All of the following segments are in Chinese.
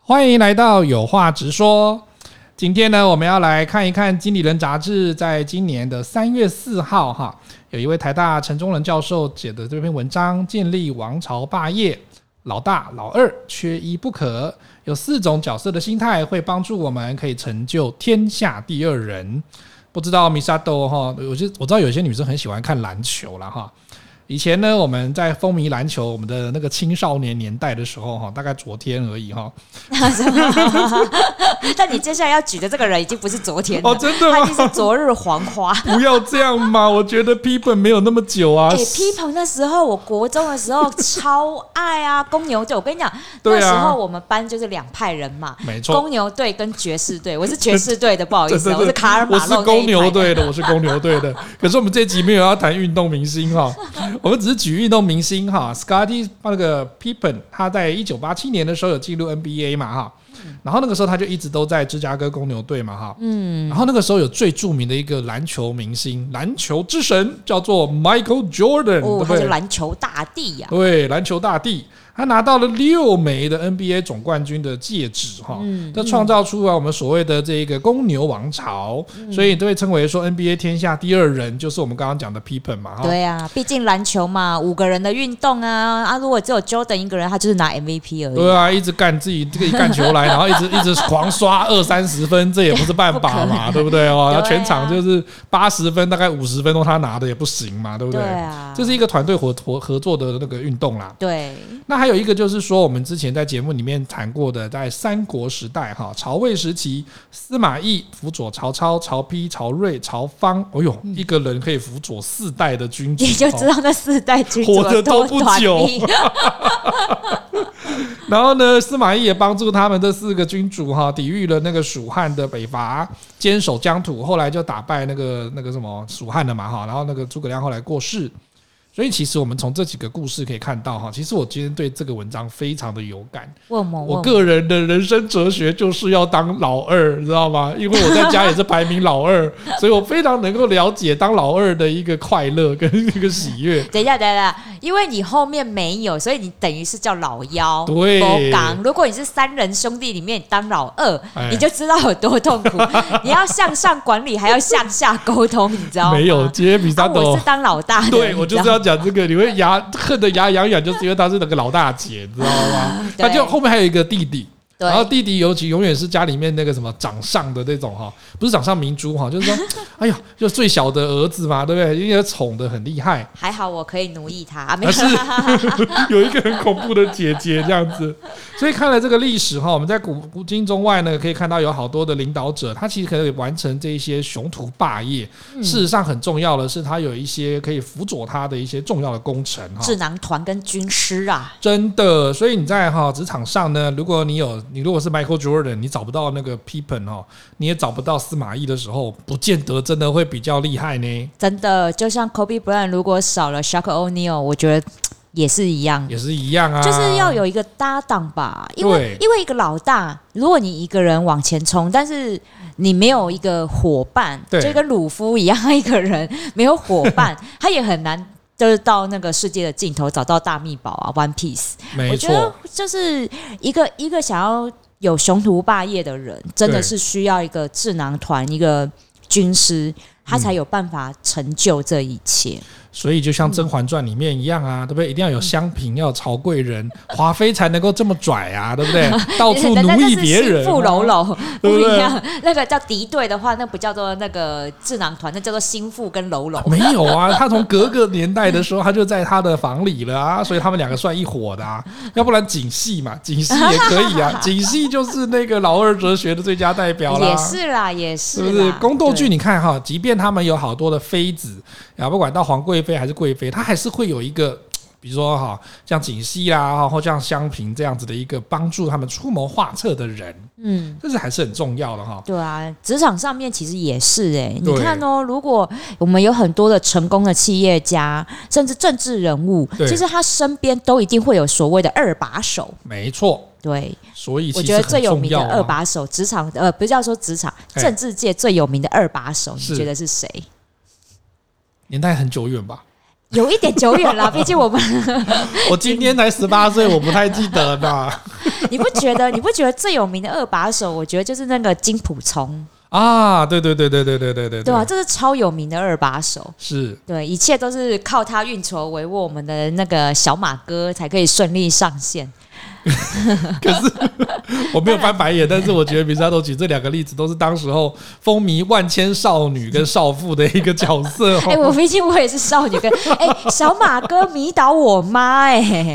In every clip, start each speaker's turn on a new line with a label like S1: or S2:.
S1: 欢迎来到有话直说。今天呢，我们要来看一看《经理人》杂志在今年的三月四号哈，有一位台大陈忠仁教授写的这篇文章《建立王朝霸业：老大、老二缺一不可》，有四种角色的心态会帮助我们可以成就天下第二人。不知道米沙豆哈，我就我知道有些女生很喜欢看篮球啦哈。以前呢，我们在风靡篮球，我们的那个青少年年代的时候哈，大概昨天而已哈。
S2: 但你接下来要举的这个人已经不是昨天了，
S1: 哦，啊真的吗
S2: 他已？经是昨日黄 花。
S1: 不要这样 嘛！我觉得 P 本没有那么久啊。
S2: 哎、p e o p l e 那时候我国中的时候超爱啊， 公牛队。我跟你讲，
S1: 对啊
S2: 那时候我们班就是两派人嘛，
S1: 没错，
S2: 公牛队跟爵士队。我是爵士队的，不好意思，啊
S1: 对对对
S2: 我是卡尔
S1: 我
S2: 马
S1: 是
S2: 龙那一
S1: 公牛
S2: 派的。
S1: 队的，我是公牛 队的。可是我们这集没有要谈运动明星哈，我们只是举运动明星哈。Scotty 那个 Pippen，他在一九八七年的时候有进入 NBA 嘛哈，
S2: 嗯
S1: 然后那个时候他就一直都在芝加哥公牛队嘛哈。嗯，然后那个时候有最著名的一个篮球明星，篮球之神叫做 Michael Jordan，、对
S2: 哦，
S1: 不
S2: 他是
S1: 对？
S2: 篮球大帝啊呀、
S1: 对，篮球大帝，他拿到了六枚的 NBA 总冠军的戒指哈，
S2: 嗯
S1: 这创造出了啊我们所谓的这个公牛王朝，
S2: 嗯
S1: 所以都会称为说 NBA 天下第二人，就是我们刚刚讲的 Pippen 嘛哈。
S2: 对啊，毕竟篮球嘛，五个人的运动啊啊！如果只有 Jordan 一个人，他就是拿 MVP 而已。
S1: 对啊，一直干自己这个一干球 来，然后一直一直狂刷二三十分，这也不是办法嘛，对不对哦？
S2: 对啊
S1: 然后全场就是八十分，大概五十分钟他拿的也不行嘛，对不对？
S2: 对啊
S1: 这是一个团队合合合作的那个运动啦。
S2: 对，
S1: 那还有一个就是说，我们之前在节目里面谈过的，在三国时代哈，曹魏时期，司马懿辅佐曹操、曹丕、曹睿、曹芳，哎呦，一个人可以辅佐四代的君主，
S2: 你嗯就
S1: 哦
S2: 知道那四代君主
S1: 活得
S2: 有
S1: 都
S2: 多
S1: 不
S2: 团
S1: 久
S2: 立。
S1: 然后呢，司马懿也帮助他们这四个君主哈，抵御了那个蜀汉的北伐，坚守疆土，后来就打败那个那个什么蜀汉的嘛哈。然后那个诸葛亮后来过世，所以其实我们从这几个故事可以看到哈，其实我今天对这个文章非常的有感。
S2: 问我
S1: 我
S2: 问
S1: 个人的人生哲学就是要当老二，你知道吗？因为我在家也是排名老 二，所以我非常能够了解当老二的一个快乐跟一个喜悦。
S2: 等一下，等一下，因为你后面没有，所以你等于是叫老幺。
S1: 对
S2: 狗港。如果你是三人兄弟里面当老二，
S1: 哎
S2: 你就知道有多痛 苦。你要向上管理，还要向下沟通，你知道吗？
S1: 没有，今天比
S2: 啊，
S1: 三斗、
S2: 我是当老大的，
S1: 哦 对，
S2: 你
S1: 我就
S2: 知
S1: 是
S2: 道
S1: 要讲这个，你会牙 恨得牙痒痒，就是因为她是那个老大姐，你知道吗？
S2: 对
S1: 她就后面还有一个弟弟，然后
S2: 对。
S1: 弟弟尤其永远是家里面那个什么掌上的那种哈，不是掌上明珠哈，就是 说，哎呀，就最小的儿子嘛，对不对？因为宠的很厉害，
S2: 还好我可以奴役他，啊、没
S1: 而
S2: 有
S1: 是 有一个很恐怖的姐姐这样子。所以看了这个历史哈，我们在古古今中外呢，可以看到有好多的领导者，他其实可以完成这一些雄图霸业。
S2: 嗯
S1: 事实上，很重要的是，他有一些可以辅佐他的一些重要的工程哈。
S2: 智囊团跟军师啊，
S1: 真的，所以你在哈职场上呢，如果你有你如果是 Michael Jordan，你找不到那个 Pippen 哦，你也找不到司马懿的时候，不见得真的会比较厉害呢，
S2: 真的就像 Kobe Bryant 如果少了 Shaq O'Neal，我觉得嘖也是一样，
S1: 也是一样啊，
S2: 就是要有一个搭档吧，因
S1: 对
S2: 为因为一个老大，如果你一个人往前冲，但是你没有一个伙伴，
S1: 对
S2: 就跟鲁夫一样，他一个人没有伙 伴，他也很难。就是到那个世界的尽头找到大秘宝啊，One Piece。我
S1: 没
S2: 觉得
S1: 错，
S2: 就是一个一个想要有雄图霸业的人，真的
S1: 对
S2: 是需要一个智囊团，一个军师，他才有办法成就这一切。
S1: 所以就像《
S2: 嗯
S1: 甄嬛传》里面一样啊，对不对？一定要有香嫔，要有曹贵 人，华妃才能够这么拽啊，对不对？到处奴
S2: 那
S1: 役别人、啊
S2: 富柔，柔
S1: 对不
S2: 不
S1: 对
S2: 一样。那个叫敌对的话，那不叫做那个智囊团，那叫做心腹跟柔柔。
S1: 没有啊，他从隔个年代的时候，他就在他的房里了啊，所以他们两个算一伙的啊，要不然景系嘛，景系也可以啊， 景系就是那个老二哲学的最佳代表啦，
S2: 也是啦，也
S1: 是
S2: 是啦，
S1: 不是？宫斗剧
S2: 对
S1: 你看哈，即便他们有好多的妃子啊，不管到皇贵妃还是贵妃，她还是会有一个。比如说哈，像景熙啦，或像香嫔这样子的一个帮助他们出谋划策的人，
S2: 嗯。
S1: 这是还是很重要的哈。
S2: 对啊，职场上面其实也是哎、
S1: 对
S2: 你看哦，如果我们有很多的成功的企业家，甚至政治人物，
S1: 对
S2: 其实他身边都一定会有所谓的二把手。
S1: 没错，
S2: 对，
S1: 所以
S2: 我
S1: 其
S2: 觉
S1: 实
S2: 得
S1: 很
S2: 最有
S1: 重
S2: 名的
S1: 要、
S2: 二
S1: 啊。
S2: 把手，职场呃，不叫说职场，
S1: 哎
S2: 政治界最有名的二把手，
S1: 是
S2: 你觉得是谁？
S1: 年代很久远吧？
S2: 有一点久 远了，毕竟我们
S1: 我今天才十八岁，我不太记得呢。
S2: 你不觉得？你不觉得最有名的二把手，我觉得就是那个金普聪，
S1: 啊，对对对对对对对对
S2: 对吧、啊？这是超有名的二把手。
S1: 是
S2: 对，一切都是靠他运筹帷幄，我们的那个小马哥才可以顺利上线。
S1: 我没有翻白眼，但是我觉得比萨多举这两个例子都是当时候风靡万千少女跟少妇的一个角 色、
S2: 哎、
S1: 哦。
S2: 我毕竟我也是少女跟哎、小马哥迷倒我妈 哎、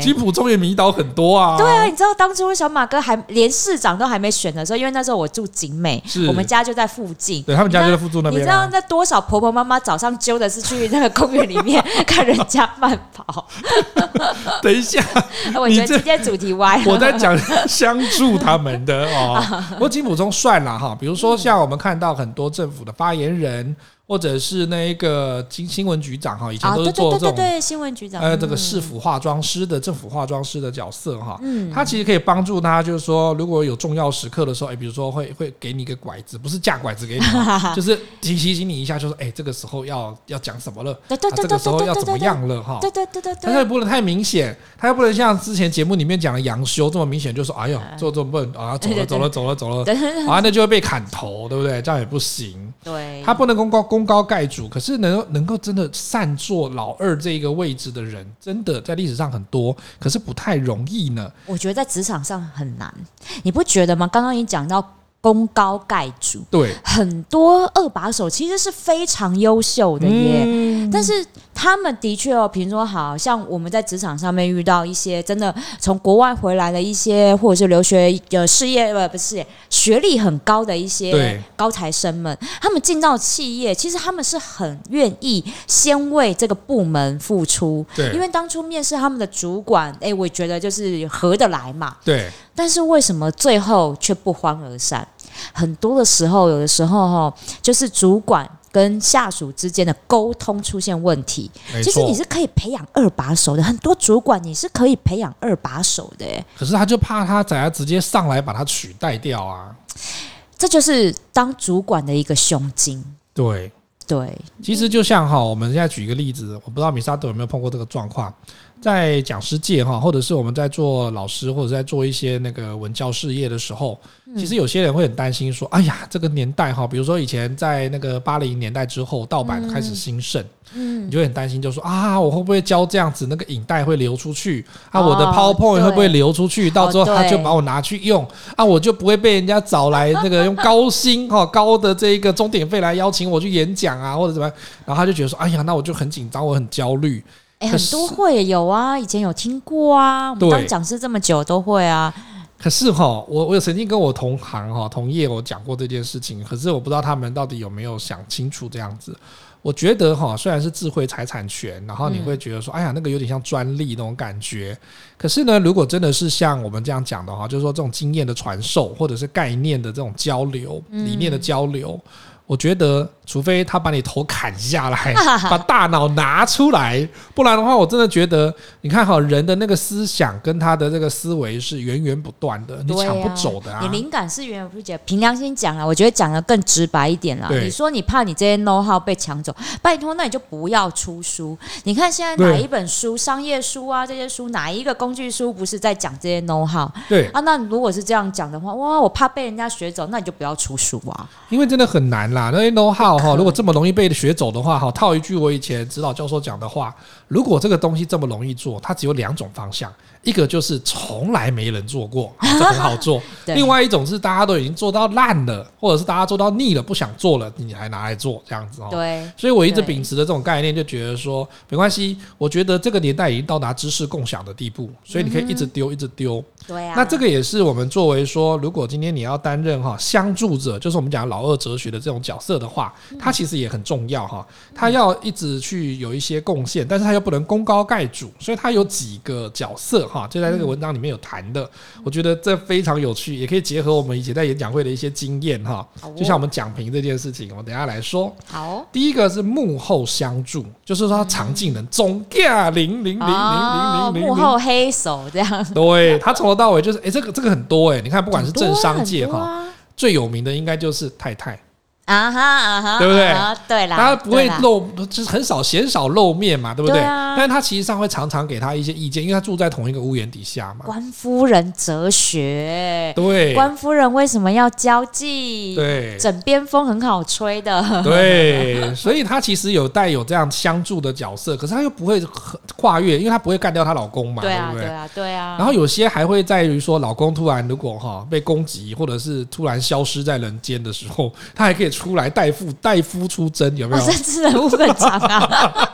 S1: 吉普中也迷倒很多啊。
S2: 对啊，你知道当初小马哥还连市长都还没选的时候，因为那时候我住景美
S1: 是，
S2: 我们家就在附近。
S1: 对他们家就在附近那
S2: 你
S1: 边
S2: 知道
S1: 啊。
S2: 那多少婆婆妈妈早上揪的是去那个公园里面 看人家慢跑？
S1: 等一 下，
S2: 哎我
S1: 你
S2: 觉得
S1: 这
S2: 今天主题歪
S1: 我
S2: 了。
S1: 在讲相助他们的 哦。
S2: 啊
S1: 不过金普中帅了哈，比如说像我们看到很多政府的发言人，或者是那一个新新闻局长哈，以前
S2: 啊，
S1: 都是
S2: 对对
S1: 做
S2: 对
S1: 这
S2: 对
S1: 种
S2: 对，新闻局长，
S1: 呃这个
S2: 嗯
S1: 市府化妆师的政府化妆师的角色哈。
S2: 嗯，
S1: 他其实可以帮助他，就是说，如果有重要时刻的时候，哎、比如说会会给你一个拐子，不是架拐子给你哦， 就是提提醒你一下，就说，哎、这个时候要要讲什么了，
S2: 对对
S1: 啊
S2: 对
S1: 这个
S2: 对
S1: 时候
S2: 对
S1: 要
S2: 对
S1: 怎么
S2: 对对，
S1: 样了哈。
S2: 对对对对
S1: 但他又
S2: 对，
S1: 不能太明显，他又不能像之前节目里面讲的杨修这么明显，就说，哎 呦
S2: 哎，
S1: 做这么笨啊，走
S2: 对
S1: 了
S2: 对
S1: 走了走了走了，
S2: 对对
S1: 啊，那就会被砍头，对不对？这样也不行。
S2: 对
S1: 他不能功高功高盖主，可是能能够真的善做老二这一个位置的人，真的在历史上很多，可是不太容易呢。
S2: 我觉得在职场上很难，你不觉得吗？刚刚你讲到功高盖主，
S1: 对，
S2: 很多二把手其实是非常优秀的耶。
S1: 嗯
S2: 但是他们的确哦，比如说，好像我们在职场上面遇到一些真的从国外回来的一些，或者是留学呃事业呃不是学历很高的一些
S1: 对
S2: 高材生们，他们进到企业，其实他们是很愿意先为这个部门付出，
S1: 对，
S2: 因为当初面试他们的主管，哎，我觉得就是合得来嘛，
S1: 对
S2: 但是为什么最后却不欢而散？很多的时候，有的时候哈，就是主管跟下属之间的沟通出现问题。
S1: 没
S2: 其实
S1: 错
S2: 你。是可以培养二把手的，很多主管你是可以培养二把手的、欸。
S1: 可是他就怕他等下直接上来把他取代掉啊。
S2: 这就是当主管的一个胸襟。
S1: 对，
S2: 对，
S1: 其实就像哈，我们现在举一个例子，我不知道米沙豆有没有碰过这个状况，在讲师界哈，或者是我们在做老师或者在做一些那个文教事业的时候，其实有些人会很担心说，哎呀，这个年代哈，比如说以前在那个八零年代之后，盗版开始兴盛，你
S2: 嗯，
S1: 就会很担心，就说啊，我会不会教这样子，那个影带会流出去啊？
S2: 哦
S1: 我的 PowerPoint
S2: 对哦
S1: 会不会流出去？到时候他
S2: 对
S1: 就把我拿去用啊，我就不会被人家找来那个用高薪哈、哦、高的这一个钟点费来邀请我去演讲啊，或者怎么样？然后他就觉得说，哎呀，那我就很紧张，我很焦虑。
S2: 哎、
S1: 可
S2: 很
S1: 是
S2: 多会有啊，以前有听过啊，我们
S1: 对
S2: 当讲师这么久都会啊。
S1: 可是哈、我我有曾经跟我同行哈、同业我讲过这件事情，可是我不知道他们到底有没有想清楚这样子。我觉得哈、虽然是智慧财产权，然后你
S2: 嗯
S1: 会觉得说，哎呀，那个有点像专利那种感觉。可是呢，如果真的是像我们这样讲的哈、就是说这种经验的传授，或者是概念的这种交流、
S2: 嗯
S1: 理念的交流，我觉得除非他把你头砍下来，把大脑拿出来，不然的话，我真的觉得，你看哈，人的那个思想跟他的这个思维是源源不断的，你
S2: 对
S1: 抢不
S2: 啊
S1: 走的啊
S2: 你。灵感是源源不绝。凭良心讲啦，我觉得讲的更直白一点啦。
S1: 对
S2: 你说你怕你这些 know how 被抢走，拜托，那你就不要出书。你看现在哪
S1: 对
S2: 一本书，商业书啊这些书，哪一个工具书不是在讲这些 know how
S1: 对，
S2: 啊？那如果是这样讲的话，哇，我怕被人家学走，那你就不要出书啊。
S1: 因为真的很难啦。那些 know how 哈，如果这么容易被学走的话哈，套一句我以前指导教授讲的话，如果这个东西这么容易做，它只有两种方向，一个就是从来没人做过， 啊这很好做；
S2: 对
S1: 另外一种是大家都已经做到烂了，或者是大家做到腻了，不想做了，你还拿来做这样子哦。
S2: 对，
S1: 所以我一直
S2: 对
S1: 秉持着这种概念，就觉得说没关系。我觉得这个年代已经到达知识共享的地步，所以你可以一直丢，一直丢。
S2: 嗯对啊。
S1: 那这个也是我们作为说，如果今天你要担任哈相助者，就是我们讲老二哲学的这种角色的话，
S2: 嗯
S1: 它其实也很重要哈。他要一直去有一些贡献，但是他又不能功高盖主，所以他有几个角色哈，就在这个文章里面有谈的。
S2: 嗯
S1: 我觉得这非常有趣，也可以结合我们以前在演讲会的一些经验哈
S2: 好哦。
S1: 就像我们讲评这件事情，我们等一下来说。
S2: 好哦。
S1: 第一个是幕后相助，就是说他常技能总价零零零零零
S2: 哦
S1: 零零
S2: 幕后黑手这样，
S1: 对他从头到尾就是，哎、这个这个很多哎、你看不
S2: 不
S1: 管是政商界哈、
S2: 啊
S1: 最有名的应该就是太太，
S2: 啊啊哈啊哈，
S1: 对不对
S2: 啊哈对啦，
S1: 他不会
S2: 对啦
S1: 露，就是很少鲜少露面嘛，对不对？
S2: 对啊
S1: 但是他其实上会常常给他一些意见，因为他住在同一个屋檐底下嘛。
S2: 官夫人哲学，
S1: 对
S2: 官夫人为什么要交际？，
S1: 对
S2: 枕边风很好吹的，
S1: 对， 所以他其实有带有这样相助的角色，可是他又不会很跨越，因为他不会干掉她老公嘛，
S2: 对
S1: 不
S2: 啊，
S1: 对
S2: 对？啊，对啊。
S1: 然后有些还会在于说，老公突然如果哈被攻击，或者是突然消失在人间的时候，他还可以出来代父 代夫出征，有没
S2: 哦，
S1: 有
S2: 政？治人物很长 啊，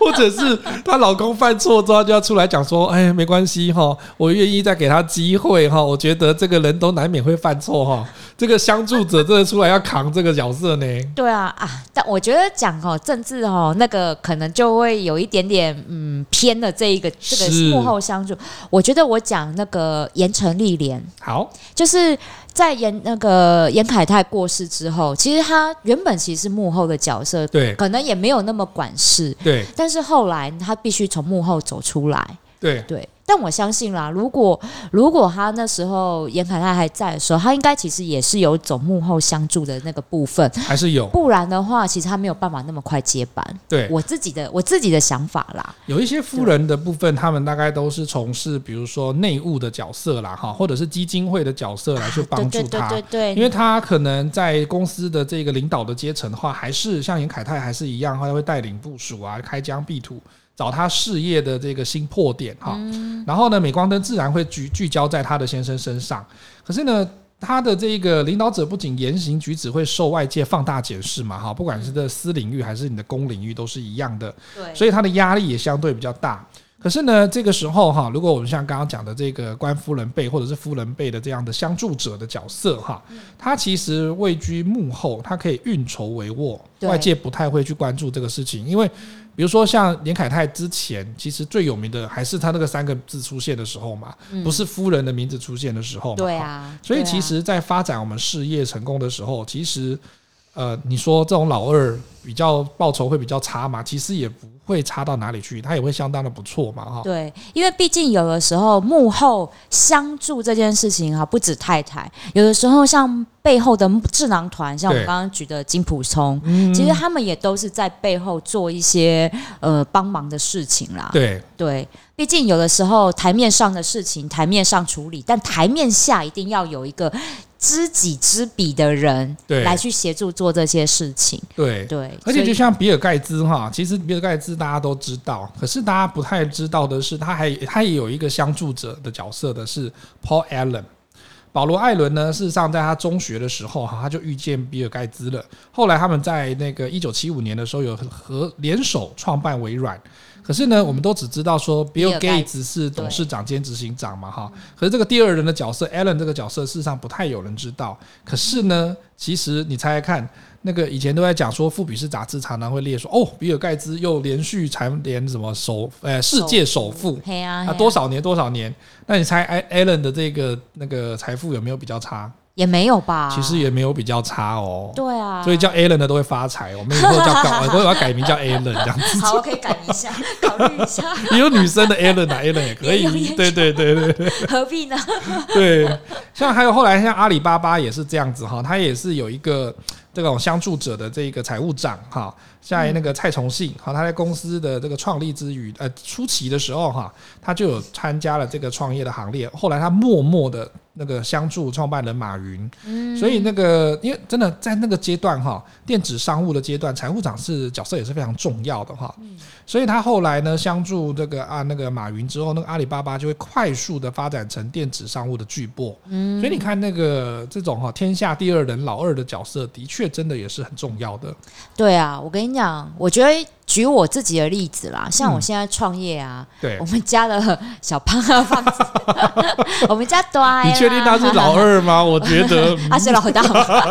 S1: 或者是她老公犯错之后，就要出来讲说：“哎，没关系哈，我愿意再给他机会哈。我觉得这个人都难免会犯错哈，这个相助者真的出来要扛这个角色呢。
S2: 对啊啊！但我觉得讲哦，政治哦，那个可能就会有一点点嗯偏的这一个这个
S1: 是
S2: 幕后相助。我觉得我讲那个严惩历莲，
S1: 好，
S2: 就是在严那个严凯泰过世之后，其实他原本其实是幕后的角色，
S1: 对
S2: 可能也没有那么管事，
S1: 对
S2: 但是后来他必须从幕后走出来，
S1: 对，
S2: 对。但我相信啦，如果如果他那时候严凯泰还在的时候，他应该其实也是有走幕后相助的那个部分，
S1: 还是有
S2: 不然的话，其实他没有办法那么快接班。
S1: 对
S2: 我自己的我自己的想法啦，
S1: 有一些夫人的部分，他们大概都是从事比如说内务的角色啦哈，或者是基金会的角色来去帮助
S2: 嗯对对
S1: 他。
S2: 对对
S1: 因
S2: 对，
S1: 为他可能在公司的这个领导的阶层的话，还是像严凯泰还是一样，他会带领部署啊，开疆辟土，找他事业的这个新破点哈。
S2: 嗯
S1: 然后呢，镁光灯自然会聚聚焦在他的先生身上。可是呢，他的这个领导者不仅言行举止会受外界放大检视嘛哈，不管是这私领域还是你的公领域都是一样的。
S2: 对
S1: 所以他的压力也相对比较大。可是呢，这个时候哈，如果我们像刚刚讲的这个官夫人辈或者是夫人辈的这样的相助者的角色哈，他其实位居幕后，他可以运筹帷幄，
S2: 对
S1: 外界不太会去关注这个事情，因为比如说像连凯泰之前，其实最有名的还是他那个三个字出现的时候嘛，不是夫人的名字出现的时候嘛，
S2: 嗯对
S1: 哈
S2: 啊，
S1: 所以
S2: 对啊
S1: 其实，在发展我们事业成功的时候，其实，呃，你说这种老二比较报酬会比较差嘛？其实也不会差到哪里去，他也会相当的不错嘛，哈。
S2: 对，因为毕竟有的时候幕后相助这件事情哈，不止太太，有的时候像背后的智囊团，像我们
S1: 对
S2: 刚刚举的金普聪，
S1: 嗯
S2: 其实他们也都是在背后做一些呃帮忙的事情啦。
S1: 对
S2: 对，毕竟有的时候台面上的事情台面上处理，但台面下一定要有一个知己知彼的人
S1: 对
S2: 来去协助做这些事情。
S1: 对，
S2: 对，
S1: 而且
S2: 所
S1: 就
S2: 以
S1: 像比尔盖茨哈，其实比尔盖茨大家都知道，可是大家不太知道的是，他还他也有一个相助者的角色的是 Paul Allen。保罗·艾伦呢，事实上在他中学的时候哈，他就遇见比尔盖茨了。后来他们在那个一九七五年的时候有合联手创办微软。可是呢，我们都只知道说
S2: 比
S1: Bill
S2: 尔盖
S1: Gates 是董事长兼执行长嘛，哈。可是这个第二人的角色 Allen 这个角色，事实上不太有人知道。可是呢，其实你猜猜看，那个以前都在讲说《富比士》杂志常常会列说，哦，比尔盖茨又连续蝉联什么首呃世界首富，
S2: 黑啊，
S1: 啊
S2: 嘿
S1: 多少年多少年？那你猜 a l l n 的这个那个财富有没有比较差？
S2: 也没有吧？
S1: 其实也没有比较差哦。
S2: 啊对啊，
S1: 所以叫 a l l n 的都会发财，哦我们以后叫搞，我们要改名叫 a l l n 这样子。
S2: 好，我可以改一下，考虑一下，
S1: 也有女生的 a l l n 啊 a l l n 也可
S2: 也有也
S1: 以，
S2: 有
S1: 对对对对对
S2: 何必呢？
S1: 对。像还有后来像阿里巴巴也是这样子哈，它也是有一个这种相助者的这个财务长哈，像那个蔡崇信哈，他在公司的这个创立之余，呃初期的时候哈，他就有参加了这个创业的行列，后来他默默的那个相助创办人马云，所以那个因为真的在那个阶段哈，电子商务的阶段，财务长是角色也是非常重要的哈，所以他后来呢相助这个啊那个马云之后，那个阿里巴巴就会快速的发展成电子商务的巨擘，
S2: 嗯
S1: 所以你看那个这种哈、天下第二人老二的角色，的确真的也是很重要的。
S2: 对啊，我跟你讲，我觉得举我自己的例子啦，像我现在创业啊，
S1: 对
S2: 我，们家的小胖啊，胖子， 我们家乖，
S1: 你确定他是老？二吗？我觉得
S2: 他是老大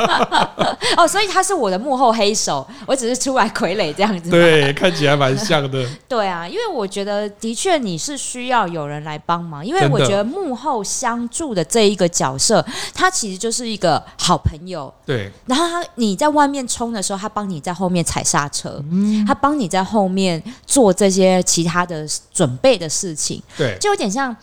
S2: 哦，所以他是我的幕后黑手，我只是出来傀儡这样子。
S1: 对，看起来蛮像的。
S2: 对啊，因为我觉得的确你是需要有人来帮忙，因为
S1: 真的
S2: 我觉得幕后相助的这一个角色，他其实就是一个好朋友，
S1: 对
S2: 然后他你在外面冲的时候，他帮你在后面踩刹车，
S1: 嗯
S2: 他帮你在后面做这些其他的准备的事情，
S1: 对
S2: 就有点像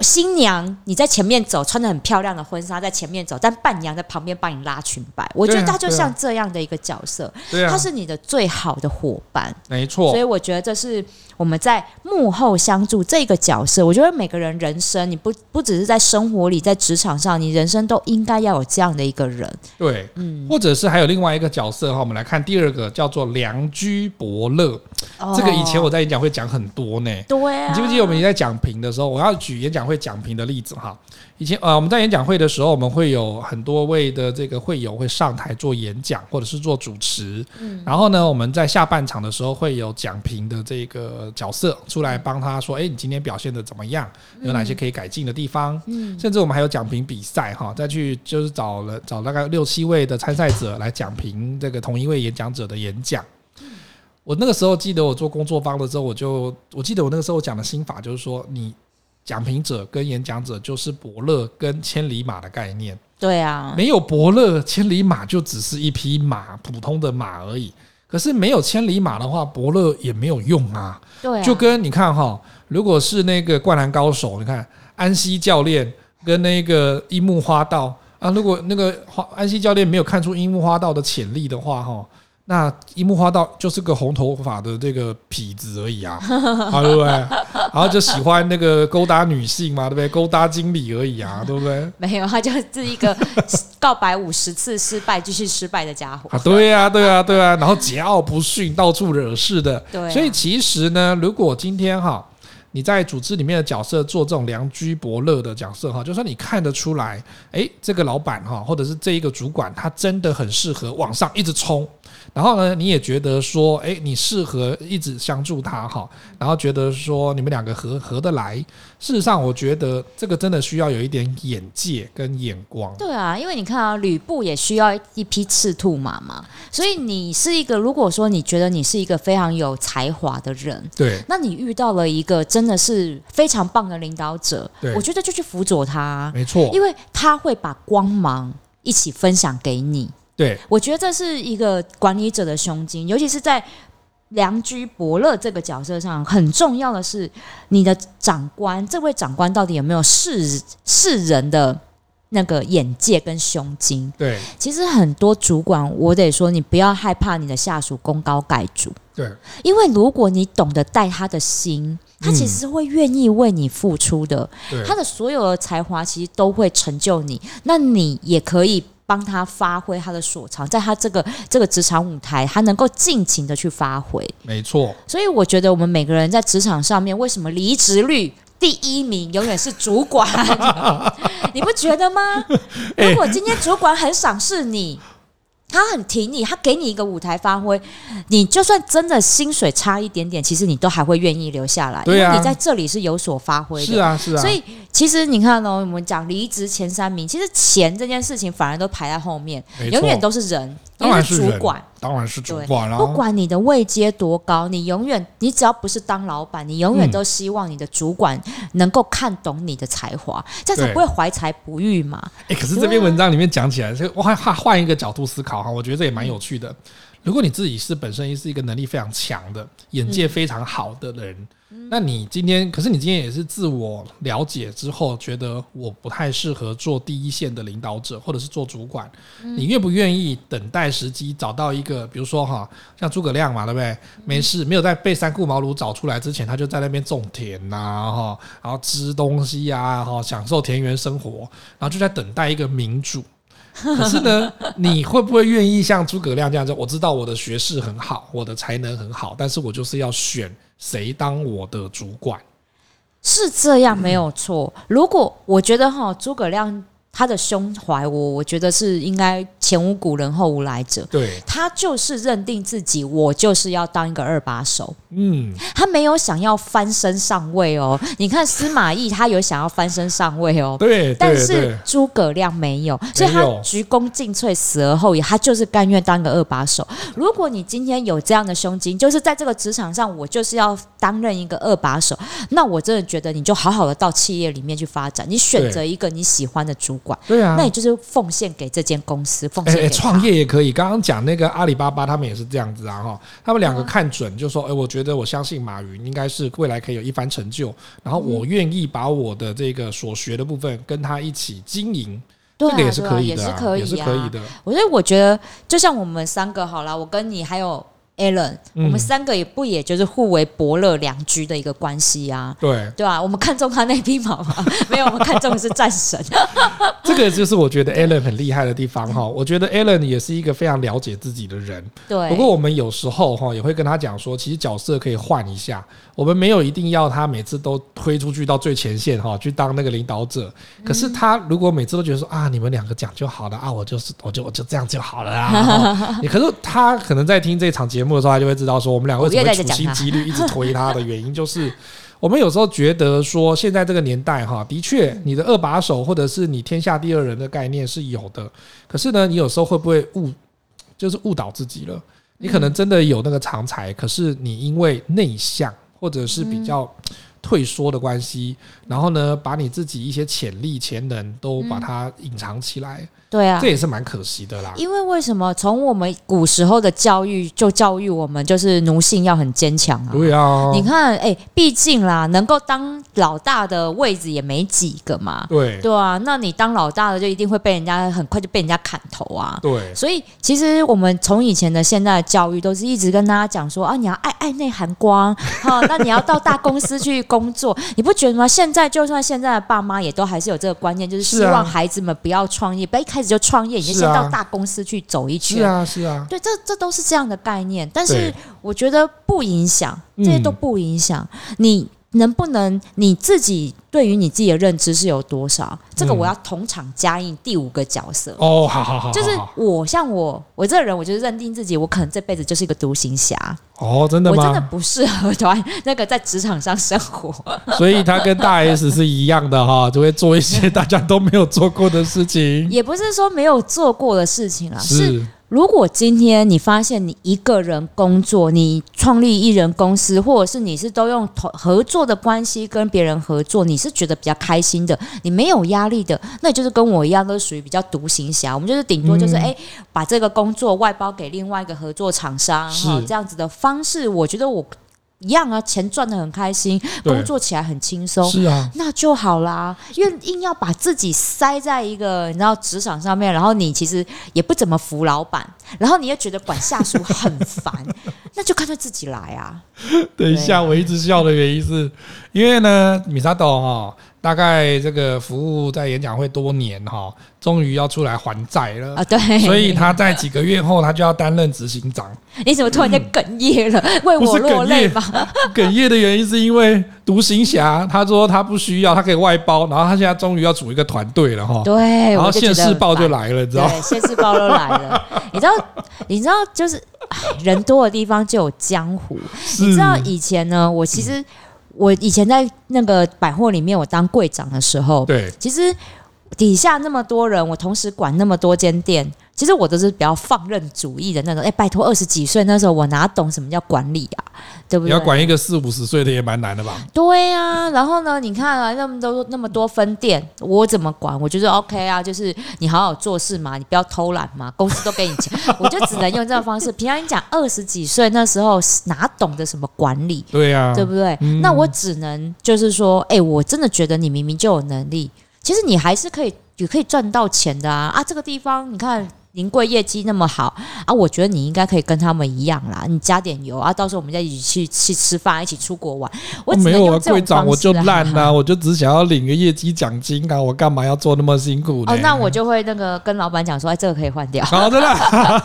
S2: 新娘你在前面走，穿的很漂亮的婚纱在前面走，但伴娘在旁边帮你拉裙摆。我觉得
S1: 对啊
S2: 她就
S1: 对啊
S2: 像这样的一个角色，
S1: 对啊
S2: 她，是你的最好的伙伴。
S1: 没错
S2: 所以，我觉得这是我们在幕后相助这个角色。我觉得每个人人生，你不不只是在生活里，在职场上，你人生都应该要有这样的一个人。
S1: 对，嗯，或者是还有另外一个角色哈，我们来看第二个叫做良居伯乐，
S2: 哦
S1: 这个以前我在演讲会讲很多呢。
S2: 对啊，
S1: 你记不记得我们在讲评的时候，我要举演讲会讲评的例子哈。以前呃，我们在演讲会的时候，我们会有很多位的这个会友会上台做演讲，或者是做主持。嗯。然后呢，我们在下半场的时候会有讲评的这个角色出来帮他说：“哎诶，你今天表现的怎么样？有哪些可以改进的地方？”嗯。甚至我们还有讲评比赛哈，再去就是找了找大概六七位的参赛者来讲评这个同一位演讲者的演讲。我那个时候记得我做工作坊的时候，我就我记得我那个时候讲的心法就是说，你讲评者跟演讲者就是伯乐跟千里马的概念，
S2: 对啊，
S1: 没有伯乐，千里马就只是一匹马，普通的马而已。可是没有千里马的话，伯乐也没有用啊。
S2: 对啊，
S1: 就跟你看哈、如果是那个灌篮高手，你看安西教练跟那个樱木花道啊，如果那个花安西教练没有看出樱木花道的潜力的话，哈、那樱木花道就是个红头发的这个痞子而已啊， 啊对不对？然后就喜欢那个勾搭女性嘛，对不对？勾搭经理而已啊，对不对？
S2: 没有，他就是一 个告白五十次失败，继续失败的家伙。
S1: 啊，对呀、对呀、对呀、啊然后桀骜不驯，到处惹事的。
S2: 对啊
S1: 所以其实呢，如果今天哈，你在组织里面的角色做这种良居伯乐的角色哈，就算你看得出来，诶，这个老板哈，或者是这一个主管，他真的很适合往上一直冲。然后呢，你也觉得说，诶，你适合一直相助他哈，然后觉得说你们两个合合得来。事实上，我觉得这个真的需要有一点眼界跟眼光。
S2: 对啊，因为你看啊，吕布也需要一匹赤兔马嘛，所以你是一个，如果说你觉得你是一个非常有才华的人，
S1: 对
S2: 那你遇到了一个真的是非常棒的领导者
S1: 对，
S2: 我觉得就去辅佐他啊，
S1: 没错，
S2: 因为他会把光芒一起分享给你。
S1: 对
S2: 我觉得这是一个管理者的胸襟，尤其是在良居伯乐这个角色上，很重要的是你的长官，这位长官到底有没有世世人的那个眼界跟胸襟？
S1: 对
S2: 其实很多主管，我得说，你不要害怕你的下属功高盖主，
S1: 对，
S2: 因为如果你懂得带他的心，他其实是会愿意为你付出的。
S1: 对
S2: 他的所有的才华其实都会成就你，那你也可以帮他发挥他的所长，在他这个这个职场舞台，他能够尽情的去发挥。
S1: 没错。
S2: 所以我觉得我们每个人在职场上面，为什么离职率？第一名永远是 主管，你不觉得吗？
S1: 哎
S2: 如果今天主管很赏识你，他很挺你，他给你一个舞台发挥，你就算真的薪水差一点点，其实你都还会愿意留下来，因
S1: 对啊
S2: 为你在这里是有所发挥的。
S1: 是啊，是啊，
S2: 所以其实你看哦，我们讲离职前三名，其实钱这件事情反而都排在后面，
S1: 没错
S2: 永远都是人，
S1: 当
S2: 因为
S1: 然
S2: 是
S1: 是
S2: 主
S1: 人
S2: 管。
S1: 当然是主
S2: 对
S1: 管啦、
S2: 不管你的位阶多高，你永远，你只要不是当老板，你永远
S1: 嗯
S2: 都希望你的主管能够看懂你的才华，这样
S1: 对
S2: 才不会怀才不遇嘛。
S1: 哎、可是这篇文章里面讲起来，这个换换换一个角度思考哈，我觉得这也蛮有趣的。如果你自己是本身是一个能力非常强的、眼界非常好的人，那你今天可是你今天也是自我了解之后，觉得我不太适合做第一线的领导者或者是做主管，你愿不愿意等待时机，找到一个比如说哈，像诸葛亮嘛，对不对？没事，没有在被三顾茅庐找出来之前，他就在那边种田呐、哈，然后吃东西呀、哈，享受田园生活。然后就在等待一个民主。可是呢， 你会不会愿意像诸葛亮这样子？我知道我的学识很好，我的才能很好，但是我就是要选谁当我的主管。
S2: 是这样没有错。如果我觉得哈，诸葛亮他的胸怀我，我觉得是应该前无古人后无来者。
S1: 对，
S2: 他就是认定自己，我就是要当一个二把手，
S1: 嗯，
S2: 他没有想要翻身上位哦。你看司马懿，他有想要翻身上位哦，
S1: 对，
S2: 但
S1: 对
S2: 是
S1: 对
S2: 诸葛亮没有，所以他鞠躬尽瘁，死而后已，他就是甘愿当个二把手。如果你今天有这样的胸襟，就是在这个职场上，我就是要担任一个二把手，那我真的觉得你就好好的到企业里面去发展，你选择一个你喜欢的主管，
S1: 对啊
S2: 那，你就是奉献给这间公司，奉
S1: 哎
S2: 献
S1: 哎，
S2: 给
S1: 创
S2: 他。
S1: 业也可以。刚刚讲那个阿里巴巴，他们也是这样子啊，哈，他们两
S2: 嗯
S1: 个看准就说，哎，我觉得我相信马云应该是未来可以有一番成就，然后我愿意把我的这个所学的部分跟他一起经营，
S2: 对
S1: 这个也是可
S2: 啊，对啊，
S1: 以
S2: 也
S1: 的
S2: 是
S1: 啊、
S2: 可
S1: 也是
S2: 以
S1: 可以
S2: 啊。
S1: 的。
S2: 我觉得，我觉得就像我们三个好了，我跟你还有 Alan，、
S1: 嗯
S2: 我们三个也不也就是互为伯乐良居的一个关系啊。
S1: 对，
S2: 对啊，我们看中他那匹马吗？ 没有，我们看中的是战神。
S1: 这个就是我觉得 Alan 很厉害的地方哈。我觉得 Alan 也是一个非常了解自己的人。
S2: 对，
S1: 不过我们有时候哈也会跟他讲说，其实角色可以换一下，我们没有一定要他每次都推出去到最前线哈去当那个领导者。可是他如果每次都觉得说啊，你们两个讲就好了啊，我就是我就我就这样就好了啊。你可是他可能在听这场节目的时候，他就会知道说我们两个为什么会处心积虑一直推他的原因就是。 我们有时候觉得说，现在这个年代哈，的确，你的二把手或者是你天下第二人的概念是有的，可是呢，你有时候会不会误，就是误导自己了？你可能真的有那个长才，可是你因为内向或者是比较退缩的关系，然后呢，把你自己一些潜力、潜能都把它隐藏起来，
S2: 对啊
S1: 这，也是蛮可惜的啦。
S2: 因为为什么从我们古时候的教育就教育我们，就是奴性要很坚强啊。
S1: 对啊，
S2: 你看，哎、毕竟啦，能够当老大的位置也没几个嘛。
S1: 对
S2: 对啊，那你当老大的就一定会被人家很快就被人家砍头啊。
S1: 对
S2: 所以，其实我们从以前的现在的教育，都是一直跟大家讲说啊，你要爱爱内涵光， 哈、那你要到大公司去工作，你不觉得吗？现在就算现在的爸妈也都还是有这个观念，就是
S1: 是
S2: 希
S1: 啊
S2: 望孩子们不要创业，不要一开始就创业，你就是先
S1: 啊
S2: 到大公司去走一圈。
S1: 是啊是啊，
S2: 对，这这都是这样的概念，但是
S1: 对
S2: 我觉得不影响，这些都
S1: 嗯
S2: 不影响、你。能不能你自己对于你自己的认知是有多少？这个
S1: 嗯
S2: 我要同场加印第五个角色，
S1: 哦，好好好，
S2: 就是
S1: 好好
S2: 我像我我这个人，我就是认定自己，我可能这辈子就是一个独行侠，
S1: 哦，真的
S2: 我真的
S1: 吗？
S2: 不适合团 那个在职场上生活。
S1: 所以他跟大 S 是一样的哈，就会做一些大家都没有做过的事情。
S2: 也不是说没有做过的事情啦，啊是
S1: 是，
S2: 如果今天你发现你一个人工作，你创立一人公司，或者是你是都用投合作的关系跟别人合作，你是觉得比较开心的，你没有压力的，那你就是跟我一样，都是属于比较独行侠。我们就是顶多就是
S1: 嗯
S2: 哎、诶把这个工作外包给另外一个合作厂商，
S1: 是
S2: 哈，这样子的方式，我觉得我一样啊，钱赚的很开心，
S1: 对
S2: 工作起来很轻松。
S1: 是啊，
S2: 那就好啦，因为硬要把自己塞在一个你知道职场上面，然后你其实也不怎么服老板，然后你又觉得管下属很 烦，那就干脆自己来啊。
S1: 等一下，我一直笑的原因是，因为呢，米沙豆哈，大概这个服务在演讲会多年哈，终于要出来还债了
S2: 啊，。对，
S1: 呃所以他在几个月后，他就要担任执行长。
S2: 你怎么突然间哽咽了？为
S1: 不
S2: 我
S1: 是哽
S2: 落泪
S1: 咽
S2: 吧？
S1: 哽咽的原因是因为独行侠，他说他不需要，他可以外包，然后他现在终于要组一个团队了哈。
S2: 对，
S1: 然后
S2: 我就觉
S1: 现
S2: 得
S1: 世报就
S2: 很烦
S1: 来了，你知道吗？
S2: 对，现世报都来了。你知道，你知道，就是唉人多的地方就有江湖。
S1: 嗯
S2: 你知道以前呢，我其实我以前在那个百货里面，我当柜长的时候，
S1: 对，
S2: 其实底下那么多人，我同时管那么多间店，其实我都是比较放任主义的那种。哎，拜托，二十几岁那时候我哪懂什么叫管理啊？对不
S1: 你
S2: 对
S1: 要？管一个四五十岁的也蛮难的吧？
S2: 对啊，然后呢？你看啊，那么多那么多分店，我怎么管？我就是 OK 啊，就是你好好做事嘛，你不要偷懒嘛，公司都给你钱， 我就只能用这种方式。平常你讲二十几岁那时候哪懂得什么管理，
S1: 对呀、
S2: 对不对？
S1: 嗯
S2: 那我只能就是说，哎、我真的觉得你明明就有能力，其实你还是可以，也可以赚到钱的啊！啊，这个地方你看。临柜业绩那么好啊，我觉得你应该可以跟他们一样啦，你加点油啊，到时候我们再一起去去吃饭，一起出国玩。我只
S1: 没
S2: 能
S1: 有
S2: 用
S1: 啊，
S2: 这种
S1: 会长
S2: 方
S1: 我
S2: 式
S1: 就
S2: 来
S1: 烂 呐、我就只想要领个业绩奖金啊，我干嘛要做那么辛苦呢？
S2: 哦，那我就会那个跟老板讲说，哎，这个可以换掉。
S1: 好的 啦，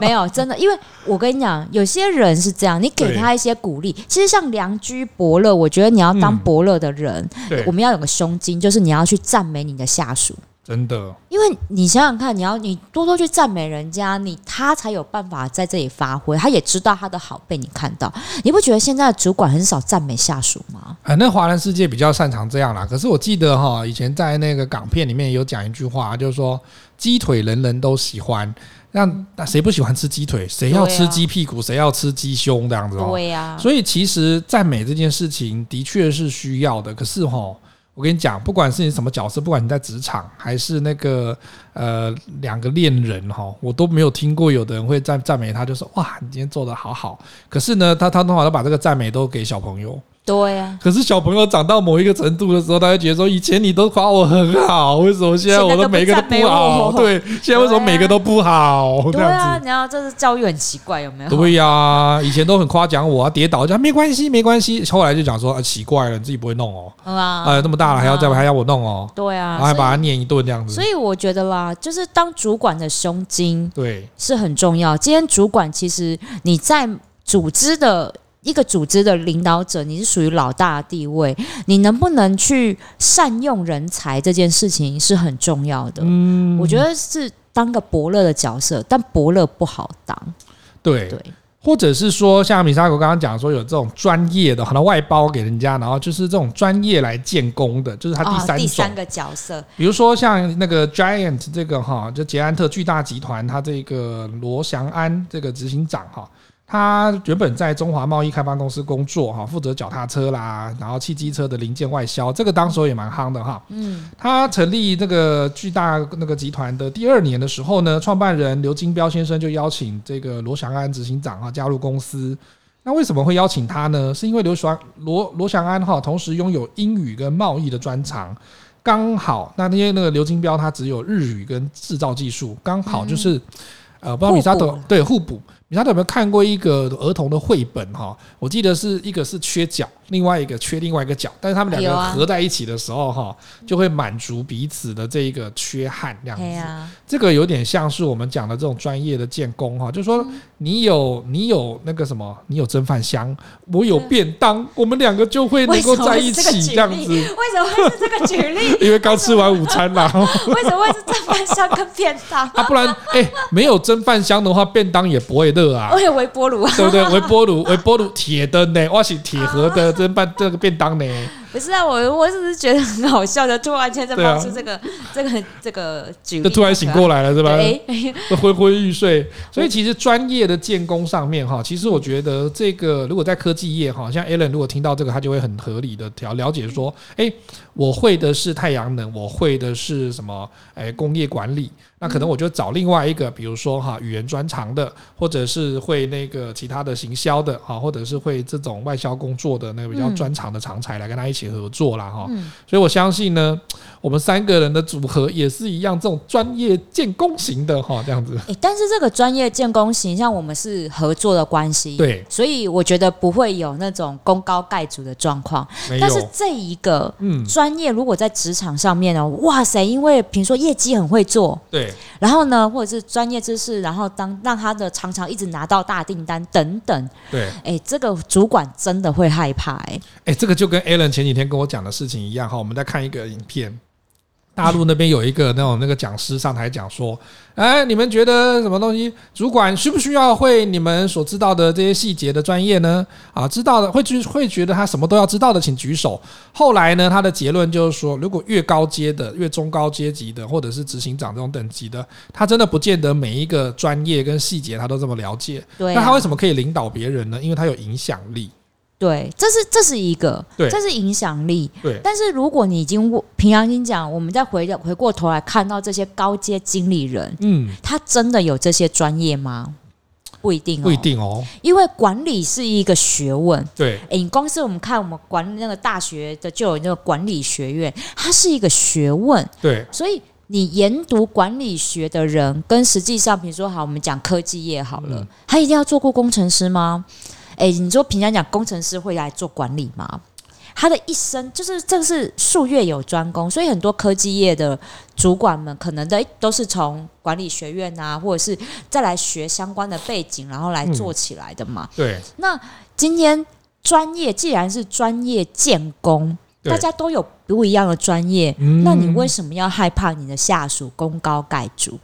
S2: 没有，真的，因为我跟你讲，有些人是这样，你给
S1: 对
S2: 他一些鼓励。其实像良居伯乐，我觉得你要当
S1: 嗯
S2: 伯乐的人，
S1: 对
S2: 我，们要有个胸襟，就是你要去赞美你的下属。
S1: 真的，
S2: 因为你想想看，你要你多多去赞美人家，你他才有办法在这里发挥，他也知道他的好被你看到。你不觉得现在的主管很少赞美下属吗？
S1: 反正呃华人世界比较擅长这样啦。可是我记得哈，以前在那个港片里面有讲一句话，就是说鸡腿人人都喜欢，那那谁不喜欢吃鸡腿？谁要
S2: 对
S1: 吃
S2: 啊
S1: 鸡屁股？谁要吃鸡胸？这样子哦。
S2: 对呀、啊
S1: 所以其实赞美这件事情的确是需要的，可是哈，我跟你讲，不管是你什么角色，不管你在职场还是那个呃两个恋人哈，我都没有听过有的人会赞赞美他，就说哇，你今天做的好好。可是呢，他他通常都把这个赞美都给小朋友。
S2: 对啊，
S1: 可是小朋友长到某一个程度的时候，他会觉得说，以前你都夸我很好，为什么现在我的每一个都不好？
S2: 现在都不赞 美
S1: 对，现在为什么每个都不好？这
S2: 对
S1: 样
S2: 啊，
S1: 子。
S2: 你知道这是教育很奇怪，有没有？
S1: 对啊呀、以前都很夸奖我啊，跌倒讲没关系，没关系。后来就讲说，啊，奇怪了，你自己不会弄哦，
S2: 嗯啊，
S1: 哎，这么大了还要再
S2: 啊
S1: 还要我弄哦，
S2: 对啊，
S1: 然后还把他
S2: 所
S1: 念一顿这样
S2: 以
S1: 子。
S2: 所以我觉得啦，就是当主管的胸襟
S1: 对，
S2: 是很重要。今天主管其实你在组织的一个组织的领导者，你是属于老大的地位，你能不能去善用人才这件事情是很重要的。
S1: 嗯，
S2: 我觉得是当个伯乐的角色，但伯乐不好当。
S1: 对，
S2: 对，
S1: 或者是说像米沙狗刚刚讲说有这种专业的，可能外包给人家，然后就是这种专业来建功的，就是他第
S2: 哦、
S1: 三
S2: 第
S1: 种。
S2: 三个角色，
S1: 比如说像那个 Giant 这个哈，就捷安特巨大集团，它这个罗翔安这个执行长哈，他原本在中华贸易开发公司工作哈，负责脚踏车啦，然后汽机车的零件外销，这个当时候也蛮夯的哈。
S2: 嗯，
S1: 他成立这个巨大那个集团的第二年的时候呢，创办人刘金彪先生就邀请这个罗翔安执行长哈加入公司。那为什么会邀请他呢？是因为刘翔罗罗翔安哈，同时拥有英语跟贸易的专长，刚好那因为那个刘金彪他只有日语跟制造技术，刚好就是、呃，不知道米沙
S2: 嗯互
S1: 德
S2: 补
S1: 对互补。米沙德有没有看过一个儿童的绘本哈？我记得是一个是缺角，另外一个缺另外一个角，但是他们两
S2: 有
S1: 个
S2: 啊
S1: 合在一起的时候哈，就会满足彼此的这一个缺憾，这样
S2: 对
S1: 子。
S2: 呀、
S1: 这个有点像是我们讲的这种专业的建工哈，就是
S2: 嗯
S1: 说你有你有那个什么，你有蒸饭箱，我有
S2: 对
S1: 便当，我们两个就会能够在一
S2: 为什么
S1: 起
S2: 是
S1: 这
S2: 这个
S1: 样
S2: 举例
S1: 子。
S2: 为什么会是这个举 例？
S1: 因为刚吃完午餐啦，
S2: 为什么会是正饭箱跟便当？
S1: 啊，不然哎、没有蒸饭箱的话，便当也不会热啊
S2: 我。有微波炉啊，
S1: 对不对？微波炉，微波炉铁的呢，我是铁盒的，这办这个便当呢，
S2: 不是啊，我我只是觉得很好笑的，突然间在
S1: 对啊
S2: 冒出这个、这个这个举例，
S1: 就突然醒过来了，是吧？
S2: 对哎、
S1: 都昏昏欲睡。所以其实专业的建工上面哈，其实我觉得这个如果在科技业哈，像 Alan 如果听到这个，他就会很合理的调了解说，
S2: 嗯
S1: 哎、我会的是太阳能，我会的是什么？哎、工业管理。那
S2: 嗯
S1: 可能我就找另外一个，比如说哈，语言专长的，或者是会那个其他的行销的哈，或者是会这种外销工作的那个比较
S2: 嗯
S1: 专长的常才来跟他一起合作啦哈。
S2: 嗯
S1: 所以我相信呢，我们三个人的组合也是一样，这种专业建工型的哈，这样子。
S2: 哎但是这个专业建工型，像我们是合作的关系，
S1: 对，
S2: 所以我觉得不会有那种功高盖主的状况。
S1: 没
S2: 但是
S1: 有，
S2: 这一个
S1: 嗯，
S2: 专业，如果在职场上面哦，哇塞，因为比如说业绩很会做，
S1: 对，
S2: 然后呢，或者是专业知识，然后当让他的常常一直拿到大订单等等，
S1: 对，
S2: 哎、这个主管真的会害怕、哎，
S1: 哎，这个就跟 Alan 前几天跟我讲的事情一样哈，我们在看一个影片。大陆那边有一个那种那个讲师上台讲说，哎，你们觉得什么东西？主管需不需要会你们所知道的这些细节的专业呢？啊，知道的会觉会觉得他什么都要知道的，请举手。后来呢，他的结论就是说，如果越高阶的、越中高阶级的，或者是执行长这种等级的，他真的不见得每一个专业跟细节他都这么了解。
S2: 对、啊，
S1: 那他为什么可以领导别人呢？因为他有影响力。
S2: 对，这是这是一个，
S1: 对
S2: 这是影响力。
S1: 对
S2: 但是如果你已经平常心讲，我们再回回过头来看到这些高阶经理人，
S1: 嗯，
S2: 他真的有这些专业吗？不一定、哦，
S1: 不一，定哦。
S2: 因为管理是一个学问。
S1: 对，
S2: 诶，你光是我们看我们管那个大学的就有那个管理学院，它是一个学问，
S1: 对，
S2: 所以你研读管理学的人，跟实际上，比如说好，我们讲科技业好了，
S1: 嗯
S2: 他一定要做过工程师吗？诶，你说平常讲工程师会来做管理吗？他的一生就是这个是术业有专攻，所以很多科技业的主管们可能的都是从管理学院啊，或者是再来学相关的背景，然后来
S1: 嗯
S2: 做起来的嘛。
S1: 对，
S2: 那今天专业既然是专业建工，
S1: 对
S2: 大家都有不一样的专业，
S1: 嗯
S2: 那你为什么要害怕你的下属功高盖主？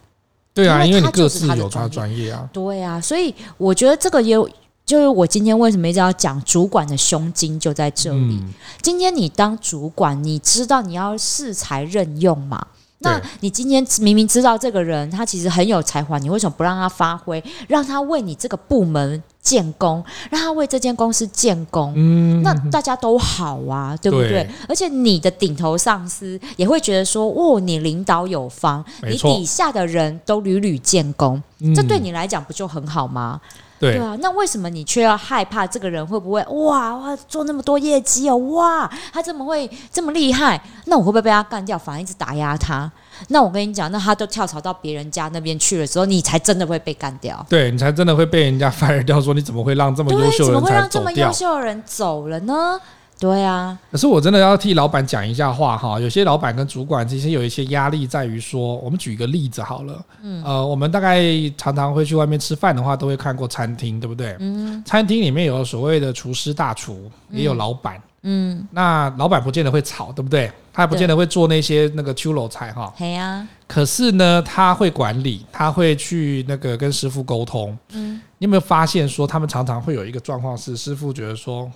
S1: 对啊，因
S2: 因
S1: 为
S2: 为
S1: 你
S2: 他
S1: 各
S2: 就是
S1: 自
S2: 他的
S1: 有他的
S2: 专
S1: 专业啊。
S2: 对啊，所以我觉得这个也有。就是我今天为什么一直要讲主管的胸襟就在这里。
S1: 嗯，
S2: 今天你当主管，你知道你要适才任用嘛？那
S1: 对
S2: 你今天明明知道这个人他其实很有才华，你为什么不让他发挥，让他为你这个部门建功，让他为这间公司建功。
S1: 嗯，
S2: 那大家都好啊，对不对？
S1: 对
S2: 而且你的顶头上司也会觉得说，哦，你领导有方，
S1: 没
S2: 你
S1: 错
S2: 底下的人都屡屡建功，
S1: 嗯
S2: 这对你来讲不就很好吗？对
S1: 对
S2: 啊，那为什么你却要害怕这个人会不会哇哇做那么多业绩哦？哇，他这么会这么厉害，那我会不会被他干掉？反而一直打压他？那我跟你讲，那他都跳槽到别人家那边去了之后，你才真的会被干掉。
S1: 对，你才真的会被人家 fire 掉，说你怎么会啊让这么优
S2: 对，
S1: 秀
S2: 怎
S1: 的人
S2: 么会
S1: 才
S2: 让这
S1: 走
S2: 么
S1: 掉
S2: 啊优？秀的人走了呢？对啊，
S1: 可是我真的要替老板讲一下话哈，有些老板跟主管其实有一些压力在于说，我们举一个例子好了，嗯，呃，我们大概常常会去外面吃饭的话，都会看过餐厅，对不对？嗯，餐厅里面有所谓的厨师大厨，也有老板，
S2: 嗯，
S1: 那老板不见得会炒，对不对？他也不见得会做那些那个秋楼菜哈，
S2: 嘿啊呀、
S1: 可是呢，他会管理，他会去那个跟师傅沟通。嗯，你有没有发现说，他们常常会有一个状况是，师傅觉得说，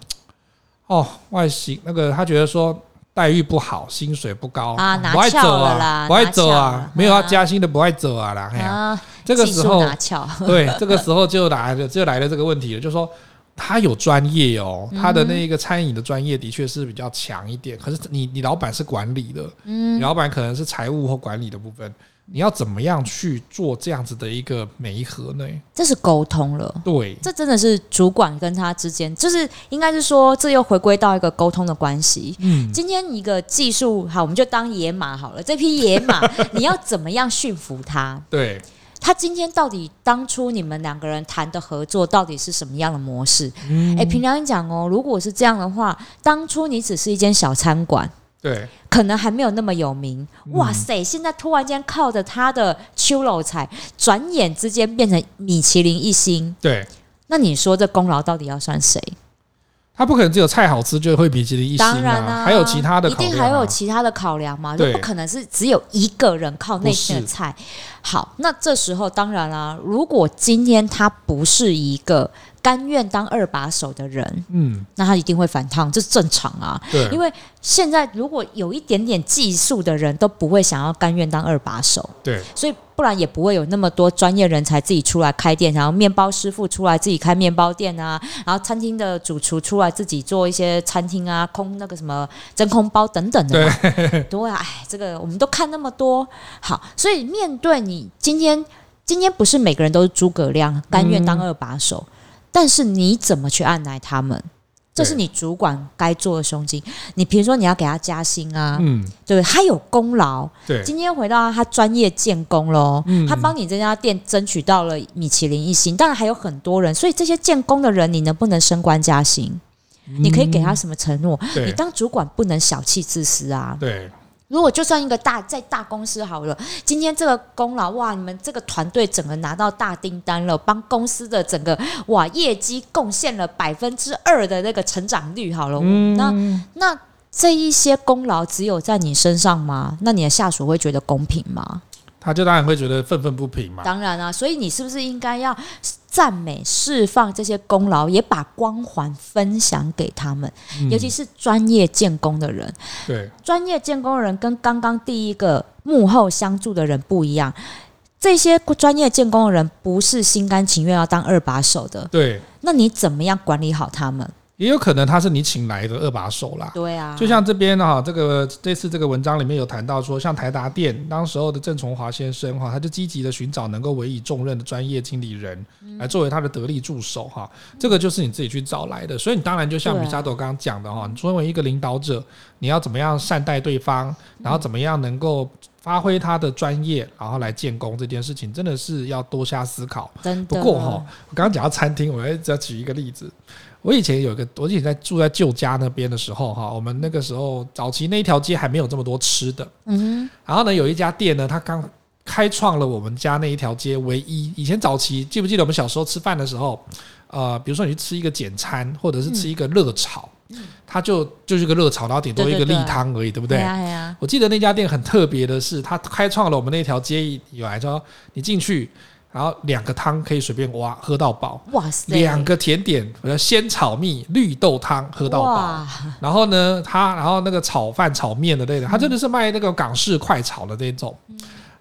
S1: 哦，外形那个他觉得说待遇不好，薪水不高
S2: 啊拿
S1: 不爱
S2: 翘
S1: 走
S2: 了
S1: 啊
S2: 啦，
S1: 不爱
S2: 拿
S1: 走
S2: 翘
S1: 啊
S2: 了，
S1: 没有要
S2: 啊
S1: 加薪的不爱走啊啦。哎呀、
S2: 啊，
S1: 这个
S2: 技
S1: 时
S2: 术
S1: 候
S2: 拿翘，
S1: 对，这个时候就来了，就来了这个问题了，就说他有专业哦，
S2: 嗯
S1: 他的那个餐饮的专业的确是比较强一点，可是你你老板是管理的，嗯，你老板可能是财务或管理的部分，你要怎么样去做这样子的一个媒合呢？
S2: 这是沟通了。
S1: 对，
S2: 这真的是主管跟他之间，就是应该是说，这又回归到一个沟通的关系。
S1: 嗯，
S2: 今天一个技术好，我们就当野马好了。这匹野马，你要怎么样驯服它？
S1: 对，
S2: 他今天到底当初你们两个人谈的合作到底是什么样的模式？哎、凭良心讲哦，如果是这样的话，当初你只是一间小餐馆，
S1: 对，
S2: 可能还没有那么有名。哇塞，现在突然间靠着他的秋楼菜，转眼之间变成米其林一星，
S1: 对。
S2: 那你说这功劳到底要算谁？
S1: 他不可能只有菜好吃就会比吉林一星
S2: 当然
S1: 啊，还有其他的
S2: 一
S1: 考量、啊，
S2: 定还有其他的考量嘛，就
S1: 对
S2: 不可能是只有一个人靠那
S1: 不是
S2: 些菜。好，那这时候当然啦、如果今天他不是一个甘愿当二把手的人，
S1: 嗯，
S2: 那他一定会反抗，这是正常啊。
S1: 对，
S2: 因为现在如果有一点点技术的人都不会想要甘愿当二把手，
S1: 对
S2: 所以不然也不会有那么多专业人才自己出来开店，然后面包师傅出来自己开面包店啊，然后餐厅的主厨出来自己做一些餐厅啊，空那个什么真空包等等的嘛。对啊，哎，这个我们都看那么多。好，所以面对你今天，今天不是每个人都是诸葛亮，甘愿当二把手，
S1: 嗯
S2: 但是你怎么去按捺他们？这是
S1: 对
S2: 你主管该做的胸襟。你比如说，你要给他加薪啊，
S1: 嗯，
S2: 对不对？他有功劳，
S1: 对，嗯
S2: 今天回到他专业建功喽，他帮你这家店争取到了米其林一星，当然还有很多人，所以这些建功的人，你能不能升官加薪？你可以给他什么承诺？你
S1: 嗯对
S2: 当主管不能小气自私啊！
S1: 对
S2: 如果就算一个大在大公司好了，今天这个功劳哇，你们这个团队整个拿到大订单了，帮公司的整个哇业绩贡献了百分之二的那个成长率好了，那那这一些功劳只有在你身上吗？那你的下属会觉得公平吗？
S1: 他就当然会觉得愤愤不平嘛，
S2: 当然啊，所以你是不是应该要赞美、释放这些功劳，也把光环分享给他们，
S1: 嗯
S2: 尤其是专业建功的人。
S1: 对，
S2: 专业建工人跟刚刚第一个幕后相助的人不一样，这些专业建工的人不是心甘情愿要当二把手的，
S1: 对，
S2: 那你怎么样管理好他们？
S1: 也有可能他是你请来的二把手啦。
S2: 对啊
S1: 就像这边哈、这个这次这个文章里面有谈到说，像台达电当时候的郑崇华先生哈、他就积极的寻找能够委以重任的专业经理人
S2: 嗯
S1: 来作为他的得力助手哈、这个就是你自己去找来的。所以你当然就像
S2: 对啊
S1: 米沙朵刚刚讲的哈、你作为一个领导者，你要怎么样善待对方，
S2: 嗯
S1: 然后怎么样能够发挥他的专业，然后来建功这件事情，真的是要多下思考。
S2: 真
S1: 不
S2: 的。
S1: 过哈、我刚刚讲到餐厅，我要再举一个例子。我以前有一个，我以前在住在旧家那边的时候哈，我们那个时候早期那一条街还没有这么多吃的。
S2: 嗯
S1: 然后呢，有一家店呢，它刚开创了我们家那一条街唯一。以前早期记不记得我们小时候吃饭的时候，呃，比如说你去吃一个简餐，或者是吃一个热炒，它就就是个热炒，然后顶多一个
S2: 对对
S1: 例
S2: 对
S1: 汤而已，对不
S2: 哼，
S1: 对？
S2: 呀哎呀，
S1: 我记得那家店很特别的是，它开创了我们那条街以来，说你进去，然后两个汤可以随便挖喝到饱，
S2: 哇塞，
S1: 两个甜点，我要鲜炒蜜、绿豆汤喝到饱。
S2: 哇，
S1: 然后呢，它然后那个炒饭、炒面的类
S2: 嗯
S1: 的，它真的是卖那个港式快炒的那种。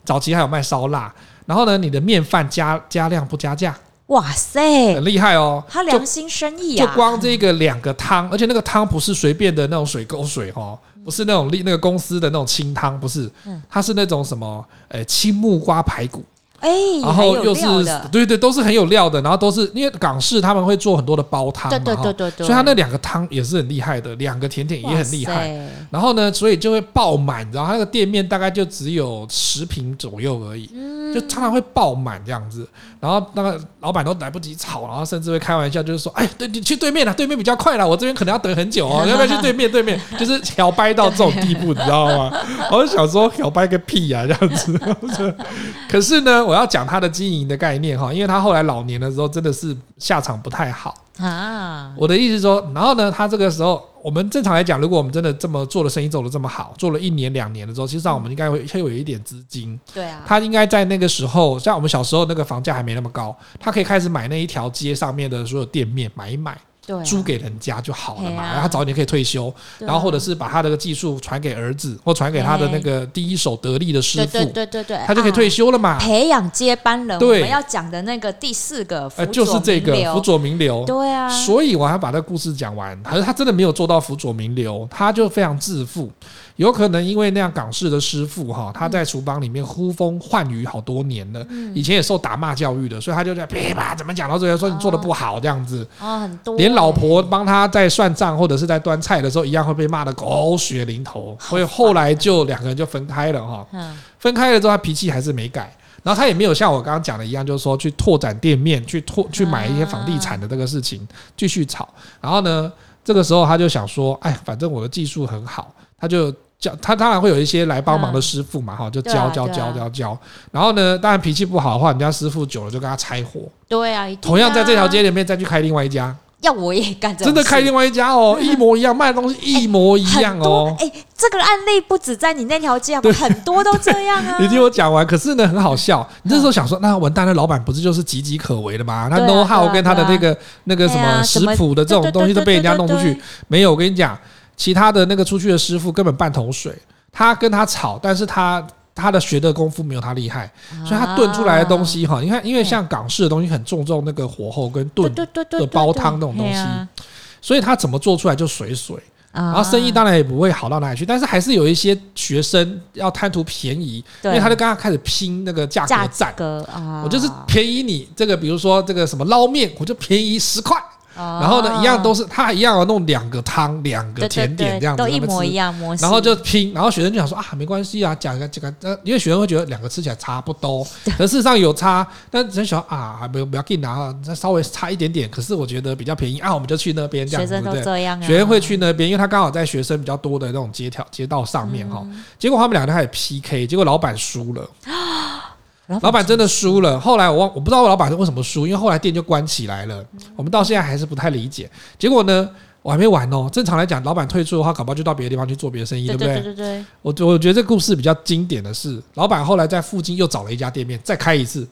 S1: 早期还有卖烧腊，然后呢，你的面饭加加量不加价，
S2: 哇塞，
S1: 很厉害哦。
S2: 他良心生意
S1: 就
S2: 啊！
S1: 光这个两个汤，而且那个汤不是随便的那种水沟水哦，不是那种利那个公司的那种清汤，不是
S2: 嗯，
S1: 它是那种什么，呃，青木瓜排骨，
S2: 哎、
S1: 然
S2: 还
S1: 后
S2: 有
S1: 又是
S2: 料的，
S1: 对对，都是很有料的，然后都是因为港式他们会做很多的煲汤嘛，
S2: 对对
S1: 哈
S2: 对对对，
S1: 所
S2: 啊
S1: 以它那两个汤也是很厉害的，两个甜点也很厉害。
S2: 哇塞。
S1: 然后呢，所以就会爆满，然后它那个店面大概就只有十平左右而已，
S2: 嗯
S1: 就常常会爆满这样子。然后那个老板都来不及炒，然后甚至会开玩笑，就是说：“哎，对你去对面了，对面比较快了，我这边可能要等很久 哦，要不要去对面？对面就是摇掰到这种地步，你知道 吗？”我就想说摇掰个屁呀、这样子。 我觉得可是呢，我要讲他的经营的概念哈，因为他后来老年的时候真的是下场不太好。
S2: 啊，
S1: 我的意思是说，然后呢，他这个时候，我们正常来讲，如果我们真的这么做的生意做的这么好，做了一年两年的时候，其实上我们应该会会有一点资金，
S2: 对啊，
S1: 他应该在那个时候，像我们小时候那个房价还没那么高，他可以开始买那一条街上面的所有店面买一买，
S2: 对啊
S1: 租给人家就好了
S2: 嘿
S1: 嘛，
S2: 啊
S1: 然后他早一点可以退休，
S2: 对啊
S1: 然后或者是把他这个技术传给儿子，或传给他的那个第一手得力的师
S2: 对对啊哎
S1: 傅，
S2: 对对对，
S1: 他就可以退
S2: 休、
S1: 休了嘛。
S2: 培养接班人，
S1: 啊对
S2: 我们要讲的那个第四个辅
S1: 呃，
S2: 佐
S1: 就是这个
S2: 名流
S1: 辅佐名流，
S2: 对啊，
S1: 所以我还把这个故事讲完。可是他真的没有做到辅佐名流，他就非常自负。有可能因为那样港式的师傅哈，他在厨房里面呼风唤雨好多年了，
S2: 嗯
S1: 以前也受打骂教育的，所以他就在噼啪怎么讲到这边说你做的不好这样子，
S2: 哦很多、
S1: 连老婆帮他在算账或者是在端菜的时候一样会被骂的狗血淋头，所以后
S2: 啊
S1: 来就两个人就分开了哈。
S2: 嗯，
S1: 分开了之后，他脾气还是没改。然后他也没有像我刚刚讲的一样，就是说去拓展店面，去拓去买一些房地产的这个事情，继续炒。然后呢，这个时候他就想说，哎，反正我的技术很好，他就教他当然会有一些来帮忙的师傅嘛，哈、就
S2: 对
S1: 教
S2: 啊
S1: 教
S2: 对啊
S1: 教教教。然后呢，当然脾气不好的话，人家师傅久了就跟他拆伙。
S2: 对啊，一定
S1: 同样在这条
S2: 啊
S1: 街里面再去开另外一家，
S2: 要我也干这种
S1: 真的
S2: 事
S1: 开另外一家哦，一模一样，卖的东西一模一样
S2: 很多
S1: 哦。
S2: 哎、这个案例不止在你那条街，好不好很多都这样 啊。
S1: 你听我讲完，可是呢，很好笑。
S2: 嗯
S1: 你这时候想说，那完蛋，那老板不是就是岌岌可危了吗？那
S2: 对啊
S1: know how
S2: 对啊
S1: 跟他的那个那个什
S2: 哎
S1: 么
S2: 呀
S1: 食
S2: 怎么
S1: 谱的这种
S2: 对对
S1: 东西都被人家
S2: 对对
S1: 弄
S2: 对
S1: 出去
S2: 对，
S1: 没有。我跟你讲，其他的那个出去的师傅根本半桶水，他跟他吵，但是他。他的学的功夫没有他厉害，
S2: 啊
S1: 所以他炖出来的东西哈，你看，因为像港式的东西很注重那个火候跟
S2: 对
S1: 炖，
S2: 对对对
S1: 的
S2: 对
S1: 煲汤那种东西
S2: 嘿啊
S1: 所以他怎么做出来就水水。
S2: 然
S1: 然后生意
S2: 啊
S1: 当然也不会好到哪里去，但是还是有一些学生要贪图便宜，因
S2: 对
S1: 为他就跟他开始拼那个价格
S2: 价
S1: 战。
S2: 格啊，
S1: 我就是便宜你这个，比如说这个什么捞面，我就便宜十块。
S2: 啊，
S1: 然后呢，一样都
S2: 是
S1: 是他一样要弄两个汤、两个甜点这样子，
S2: 都一
S1: 让他们
S2: 模
S1: 吃
S2: 一样模式，
S1: 然后就拼，然后学生就想说啊，没关系啊，讲个讲个，呃，因为学生会觉得两个吃起来差不 多，可是事实上有差，但只是想啊，还不要不要给拿啊，再稍微差一点点，可是我觉得比较便宜啊，我们就去那边这样
S2: 学
S1: 子，对
S2: 生
S1: 不
S2: 都
S1: 对？
S2: 这样啊，
S1: 学生会去那边，因为他刚好在学生比较多的那种街条街道上面哈、
S2: 嗯
S1: 结果他们两个开始 PK，结果老板输了，
S2: 老
S1: 老板真的输了。后来我忘我不知道我老板为什么输，因为后来店就关起来了，
S2: 嗯
S1: 我们到现在还是不太理解。结果呢，我还没完哦。正常来讲，老板退出的话，搞不好就到别的地方去做别的生意，
S2: 对
S1: 不
S2: 对对对，
S1: 我我觉得这故事比较经典的是，老板后来在附近又找了一家店面，再开一次，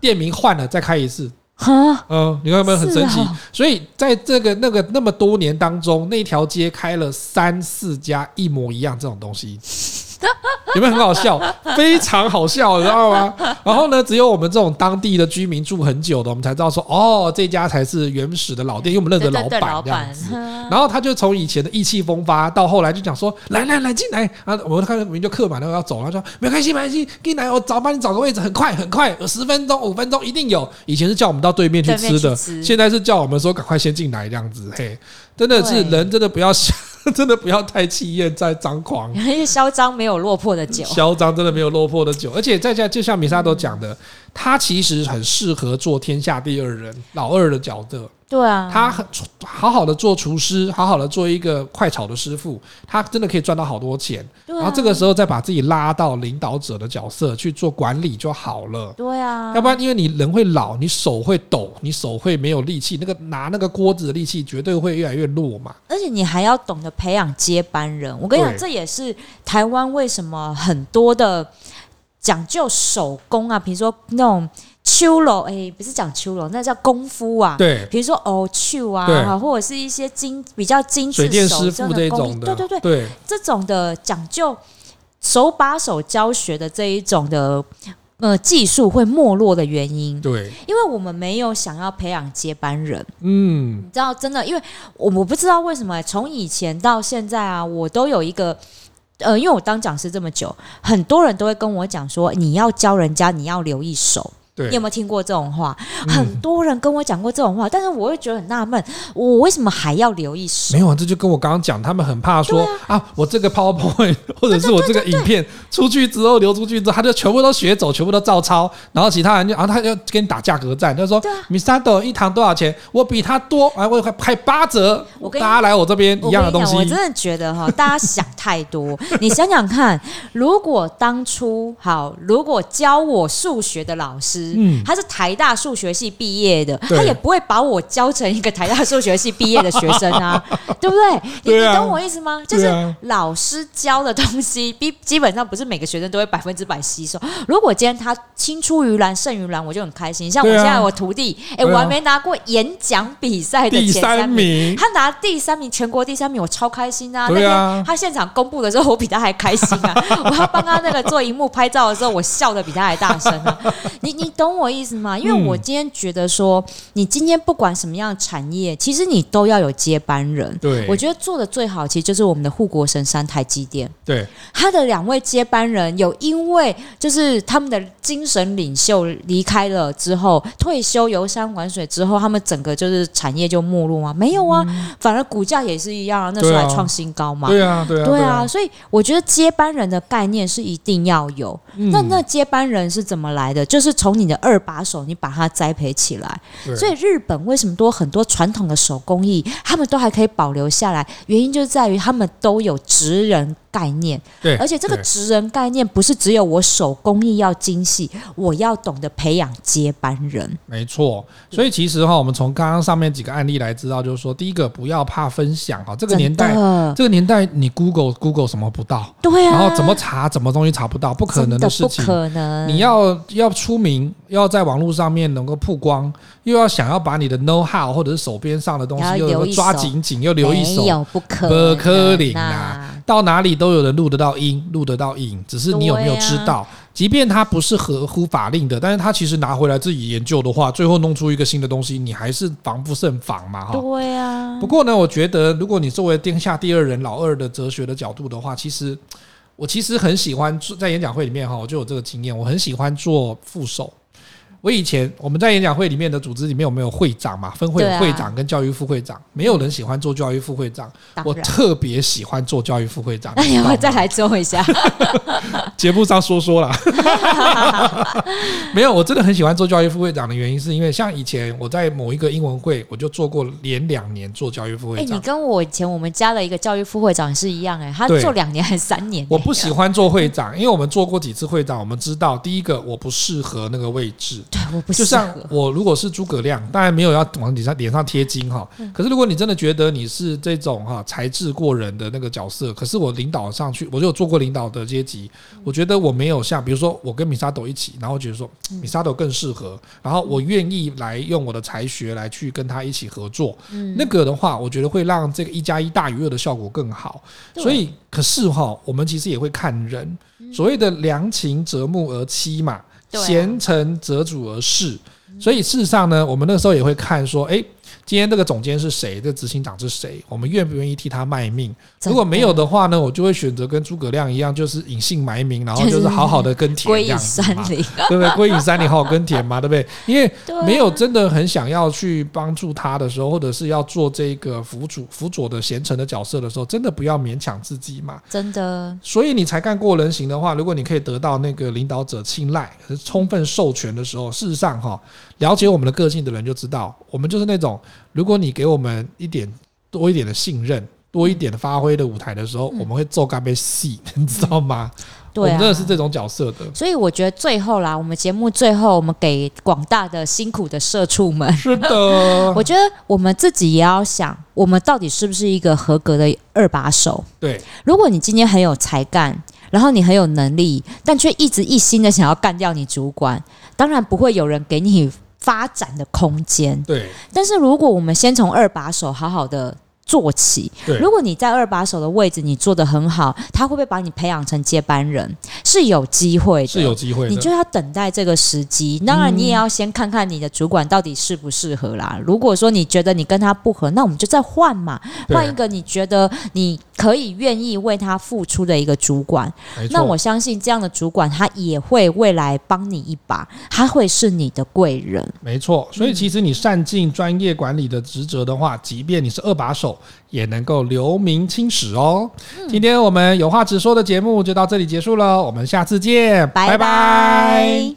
S1: 店名换了再开一次，
S2: 哈，
S1: 嗯，你看有没有很神奇？
S2: 是哦
S1: 所以在这个那个那么多年当中，那条街开了三四家一模一样这种东 西，有没有很好笑？非常好笑，你知道吗？然后呢，只有我们这种当地的居民住很久的，我们才知道说，哦，这家才是原始的老店，因为我们认
S2: 对
S1: 得
S2: 对对，
S1: 板
S2: 老
S1: 这样
S2: 板
S1: 子。，然后他就从以前的意气风发，到后来就讲说：“来来来，进来啊！”我们看到明就客满了要走了，说：“没关系，没关系，进来，我找帮你找个位置，很快很快，有十分钟、五分钟一定有。”以前是叫我们到对面去吃
S2: 对
S1: 的，
S2: 面去吃
S1: 现在是叫我们说赶快先进来这样子。嘿，真的是
S2: 对
S1: 人真的不要 真的不要太气焰再张狂。
S2: 因为嚣张没有落魄的酒，
S1: 嚣张真的没有落魄的酒，而且再加就像米莎都讲的，他其实很适合做天下第二人老二的角色。
S2: 对啊，
S1: 他很好好的做厨师，好好的做一个快炒的师傅，他真的可以赚到好多钱。
S2: 对啊
S1: 然后这个时候再把自己拉到领导者的角色去做管理就好了。
S2: 对啊，
S1: 要不然，因为你人会老，你手会抖，你手会没有力气，那个拿那个锅子的力气绝对会越来越弱嘛。
S2: 而且你还要懂得培养接班人。我跟你讲，
S1: 对
S2: 这也是台湾为什么很多的讲究手工啊，比如说那种秋楼，哎、不是讲秋楼，那叫功夫啊。
S1: 对，
S2: 比如说哦，秋
S1: 对
S2: 啊，或者是一些精比较精致
S1: 水电
S2: 手
S1: 师
S2: 真
S1: 傅这
S2: 的工艺
S1: 种的，
S2: 对对对，
S1: 对
S2: 这种的讲究手把手教学的这一种的呃技术会没落的原因，
S1: 对，
S2: 因为我们没有想要培养接班人。
S1: 嗯，
S2: 你知道，真的，因为我我不知道为什么、从以前到现在啊，我都有一个。呃，因为我当讲师这么久，很多人都会跟我讲说，你要教人家，你要留一手。
S1: 对
S2: 你有，没有听过这种话？
S1: 嗯
S2: 很多人跟我讲过这种话，但是我会觉得很纳闷，我为什么还要留一手？
S1: 没有啊，这就跟我刚刚讲，他们很怕说啊我这个 PowerPoint 或者是我这个影片出去之后流出去之后，他就全部都学走，全部都照抄，然后其他人就，然后他就跟你打价格战，就说
S2: 对啊
S1: 米三斗一堂多少钱？我比他多，哎，我还还八折，
S2: 我
S1: 大
S2: 跟你
S1: 家来我这边一
S2: 我
S1: 样
S2: 跟
S1: 的东
S2: 你讲，
S1: 西
S2: 我，真的觉得哈，大家想太多。你想想看，如果当初好，如果教我数学的老师，
S1: 嗯
S2: 他是台大数学系毕业的，
S1: 对
S2: 他也不会把我教成一个台大数学系毕业的学生啊，对不对？你
S1: 对啊
S2: 你懂我意思吗？就
S1: 对
S2: 是
S1: 啊
S2: 老师教的东西，基基本上不是每个学生都会百分之百吸收。如果今天他青出于蓝胜于蓝，我就很开心。像我
S1: 对啊
S2: 现在我徒弟，哎、
S1: 对啊
S2: 我还没拿过演讲比赛的
S1: 第
S2: 前三名。
S1: 名，
S2: 他拿第三名，全国第三名，我超开心啊！
S1: 对啊
S2: 那天他现场公布的时候，我比他还开心 啊！我要帮他那个做荧幕拍照的时候，我笑的比他还大声啊！你你懂我意思吗？因
S1: 嗯
S2: 为我今天觉得说，你今天不管什么样的产业，其实你都要有接班人。
S1: 对，
S2: 我觉得做的最好，其实就是我们的护国神山台积电，
S1: 对
S2: 他的两位接班人有因为就是他们的精神领袖离开了之后，退休游山玩水之后，他们整个就是产业就没落吗？没有啊，反而股价也是一样啊，那时候
S1: 嗯对啊
S2: 还创新高嘛。
S1: 对啊，对啊，
S2: 对啊，，所以我觉得接班人的概念是一定要有。
S1: 嗯
S2: 那那接班人是怎么来的？就是从你的二把手，你把它栽培起来。
S1: 对
S2: 所以日本为什么多很多传统的手工艺，他们都还可以保留下来？原因就是在于他们都有职人概念，
S1: 对，
S2: 而且这个
S1: 对
S2: 职人概念不是只有我手工艺要精细，我要懂得培养接班人。
S1: 没错，所以其实哈，我们从刚刚上面几个案例来知道，就是说，第一个不要怕分享哈，这个年代
S2: 真，的
S1: 这个年代你 Google Google 什么不到，
S2: 对啊，
S1: 然后怎么查怎么东西查不到，不可能
S2: 真的
S1: 事
S2: 不
S1: 情。
S2: 可能，
S1: 你要要出名，要在网络上面能够曝光，又要想要把你的 know how 或者是手边上的东
S2: 要
S1: 西又
S2: 留
S1: 能够
S2: 一
S1: 抓
S2: 手
S1: 紧紧，又留一手
S2: 没，有不可
S1: 不可能
S2: 能
S1: 啊
S2: 啊！
S1: 到哪里都有人录得到音，录得到影，只是你有没有知
S2: 啊
S1: 道？即便它不是合乎法令的，但是它其实拿回来自己研究的话，最后弄出一个新的东西，你还是防不胜防嘛，哈。
S2: 对啊，
S1: 不过呢，我觉得如果你作为天下第二人老二的哲学的角度的话，其实我其实很喜欢做在演讲会里面哈，我就有这个经验，我很喜欢做副手。我以前我们在演讲会里面的组织里面，我们有会长嘛，分会有
S2: 对啊
S1: 会长跟教育副会长，没有人喜欢做教育副会长。
S2: 嗯当
S1: 我
S2: 然。
S1: 特别喜欢做教育副会长，
S2: 那你要不要
S1: 知道
S2: 再
S1: 吗
S2: 来做一下？
S1: 节目上说 说啦。没有，我真的很喜欢做教育副会长的原因，是因为像以前我在某一个英文会，我就做过连两年做教育副
S2: 哎、
S1: 会长。
S2: 你跟我以前我们家的一个教育副会长是一样哎、他
S1: 对
S2: 做两年还是三年、欸
S1: 我不喜欢做会长，因为我们做过几次会长，我们知道第一个我不适合那个位置，
S2: 对，我不
S1: 就
S2: 适
S1: 像
S2: 合。
S1: 我如果是诸葛亮，当然没有要往脸上脸上贴金哈。
S2: 嗯
S1: 可是如果你真的觉得你是这种哈才智过人的那个角色，可是我领导上去，我就有做过领导的阶级，
S2: 嗯
S1: 我觉得我没有像比如说我跟米沙斗一起，然后觉得说
S2: 嗯
S1: 米沙斗更适合，然后我愿意来用我的才学来去跟他一起合作，
S2: 嗯
S1: 那个的话，我觉得会让这个一加一大于二的效果更好。
S2: 对嗯
S1: 所以，可是哈，我们其实也会看人，所谓的良禽择木而栖嘛，
S2: 对啊嗯
S1: 贤臣择主而事。所以事实上呢，我们那时候也会看说，诶，今天这个总监是谁，这执行长是谁，我们愿不愿意替他卖命？
S2: 真的
S1: 如果没有的话呢，我就会选择跟诸葛亮一样，就是隐姓埋名，然后就是好好的耕田
S2: 归
S1: 这样
S2: 隐
S1: 子
S2: 山啊
S1: 嘛，
S2: 林，
S1: 对不对？归隐山林，好好耕田嘛，对不对？因为
S2: 对啊
S1: 没有真的很想要去帮助他的时候，或者是要做这个辅佐辅佐的贤臣的角色的时候，真的不要勉强自己嘛。
S2: 真的
S1: 所以你才干过人行的话，如果你可以得到那个领导者青睐、充分授权的时候，事实上哈、了解我们的个性的人就知道，我们就是那种，如果你给我们一点多一点的信任。多一点的发挥的舞台的时候，我们会做干杯戏， 你知道吗？我
S2: 嗯对
S1: 们
S2: 啊
S1: 真。的是这种角色的。
S2: 所以我觉得最后啦，我们节目最后，我们给广大的辛苦的社畜们，
S1: 是的，
S2: 我觉得我们自己也要想，我们到底是不是一个合格的二把手？
S1: 对，
S2: 如果你今天很有才干，然后你很有能力，但却一直一心的想要干掉你主管，当然不会有人给你发展的空间。
S1: 对，
S2: 但是如果我们先从二把手好好的。做起。
S1: 对
S2: 如果你在二把手的位置你做得很好，他会不会把你培养成接班人？是有机会的，
S1: 是有机会的。
S2: 你就要等待这个时机。当然，你也要先看看你的主管到底适不适合啦。
S1: 嗯
S2: 如果说你觉得你跟他不合，那我们就再换嘛，
S1: 对
S2: 换一个你觉得你可以愿意为他付出的一个主管。
S1: 没错
S2: 那我相信这样的主管，他也会未来帮你一把，他会是你的贵人。
S1: 没错，
S2: 嗯
S1: 所以其实你善尽专业管理的职责的话，即便你是二把手，也能够留名青史哦。
S2: 嗯
S1: 今天我们有话直说的节目就到这里结束了，我们下次见，
S2: 拜拜。
S1: 拜拜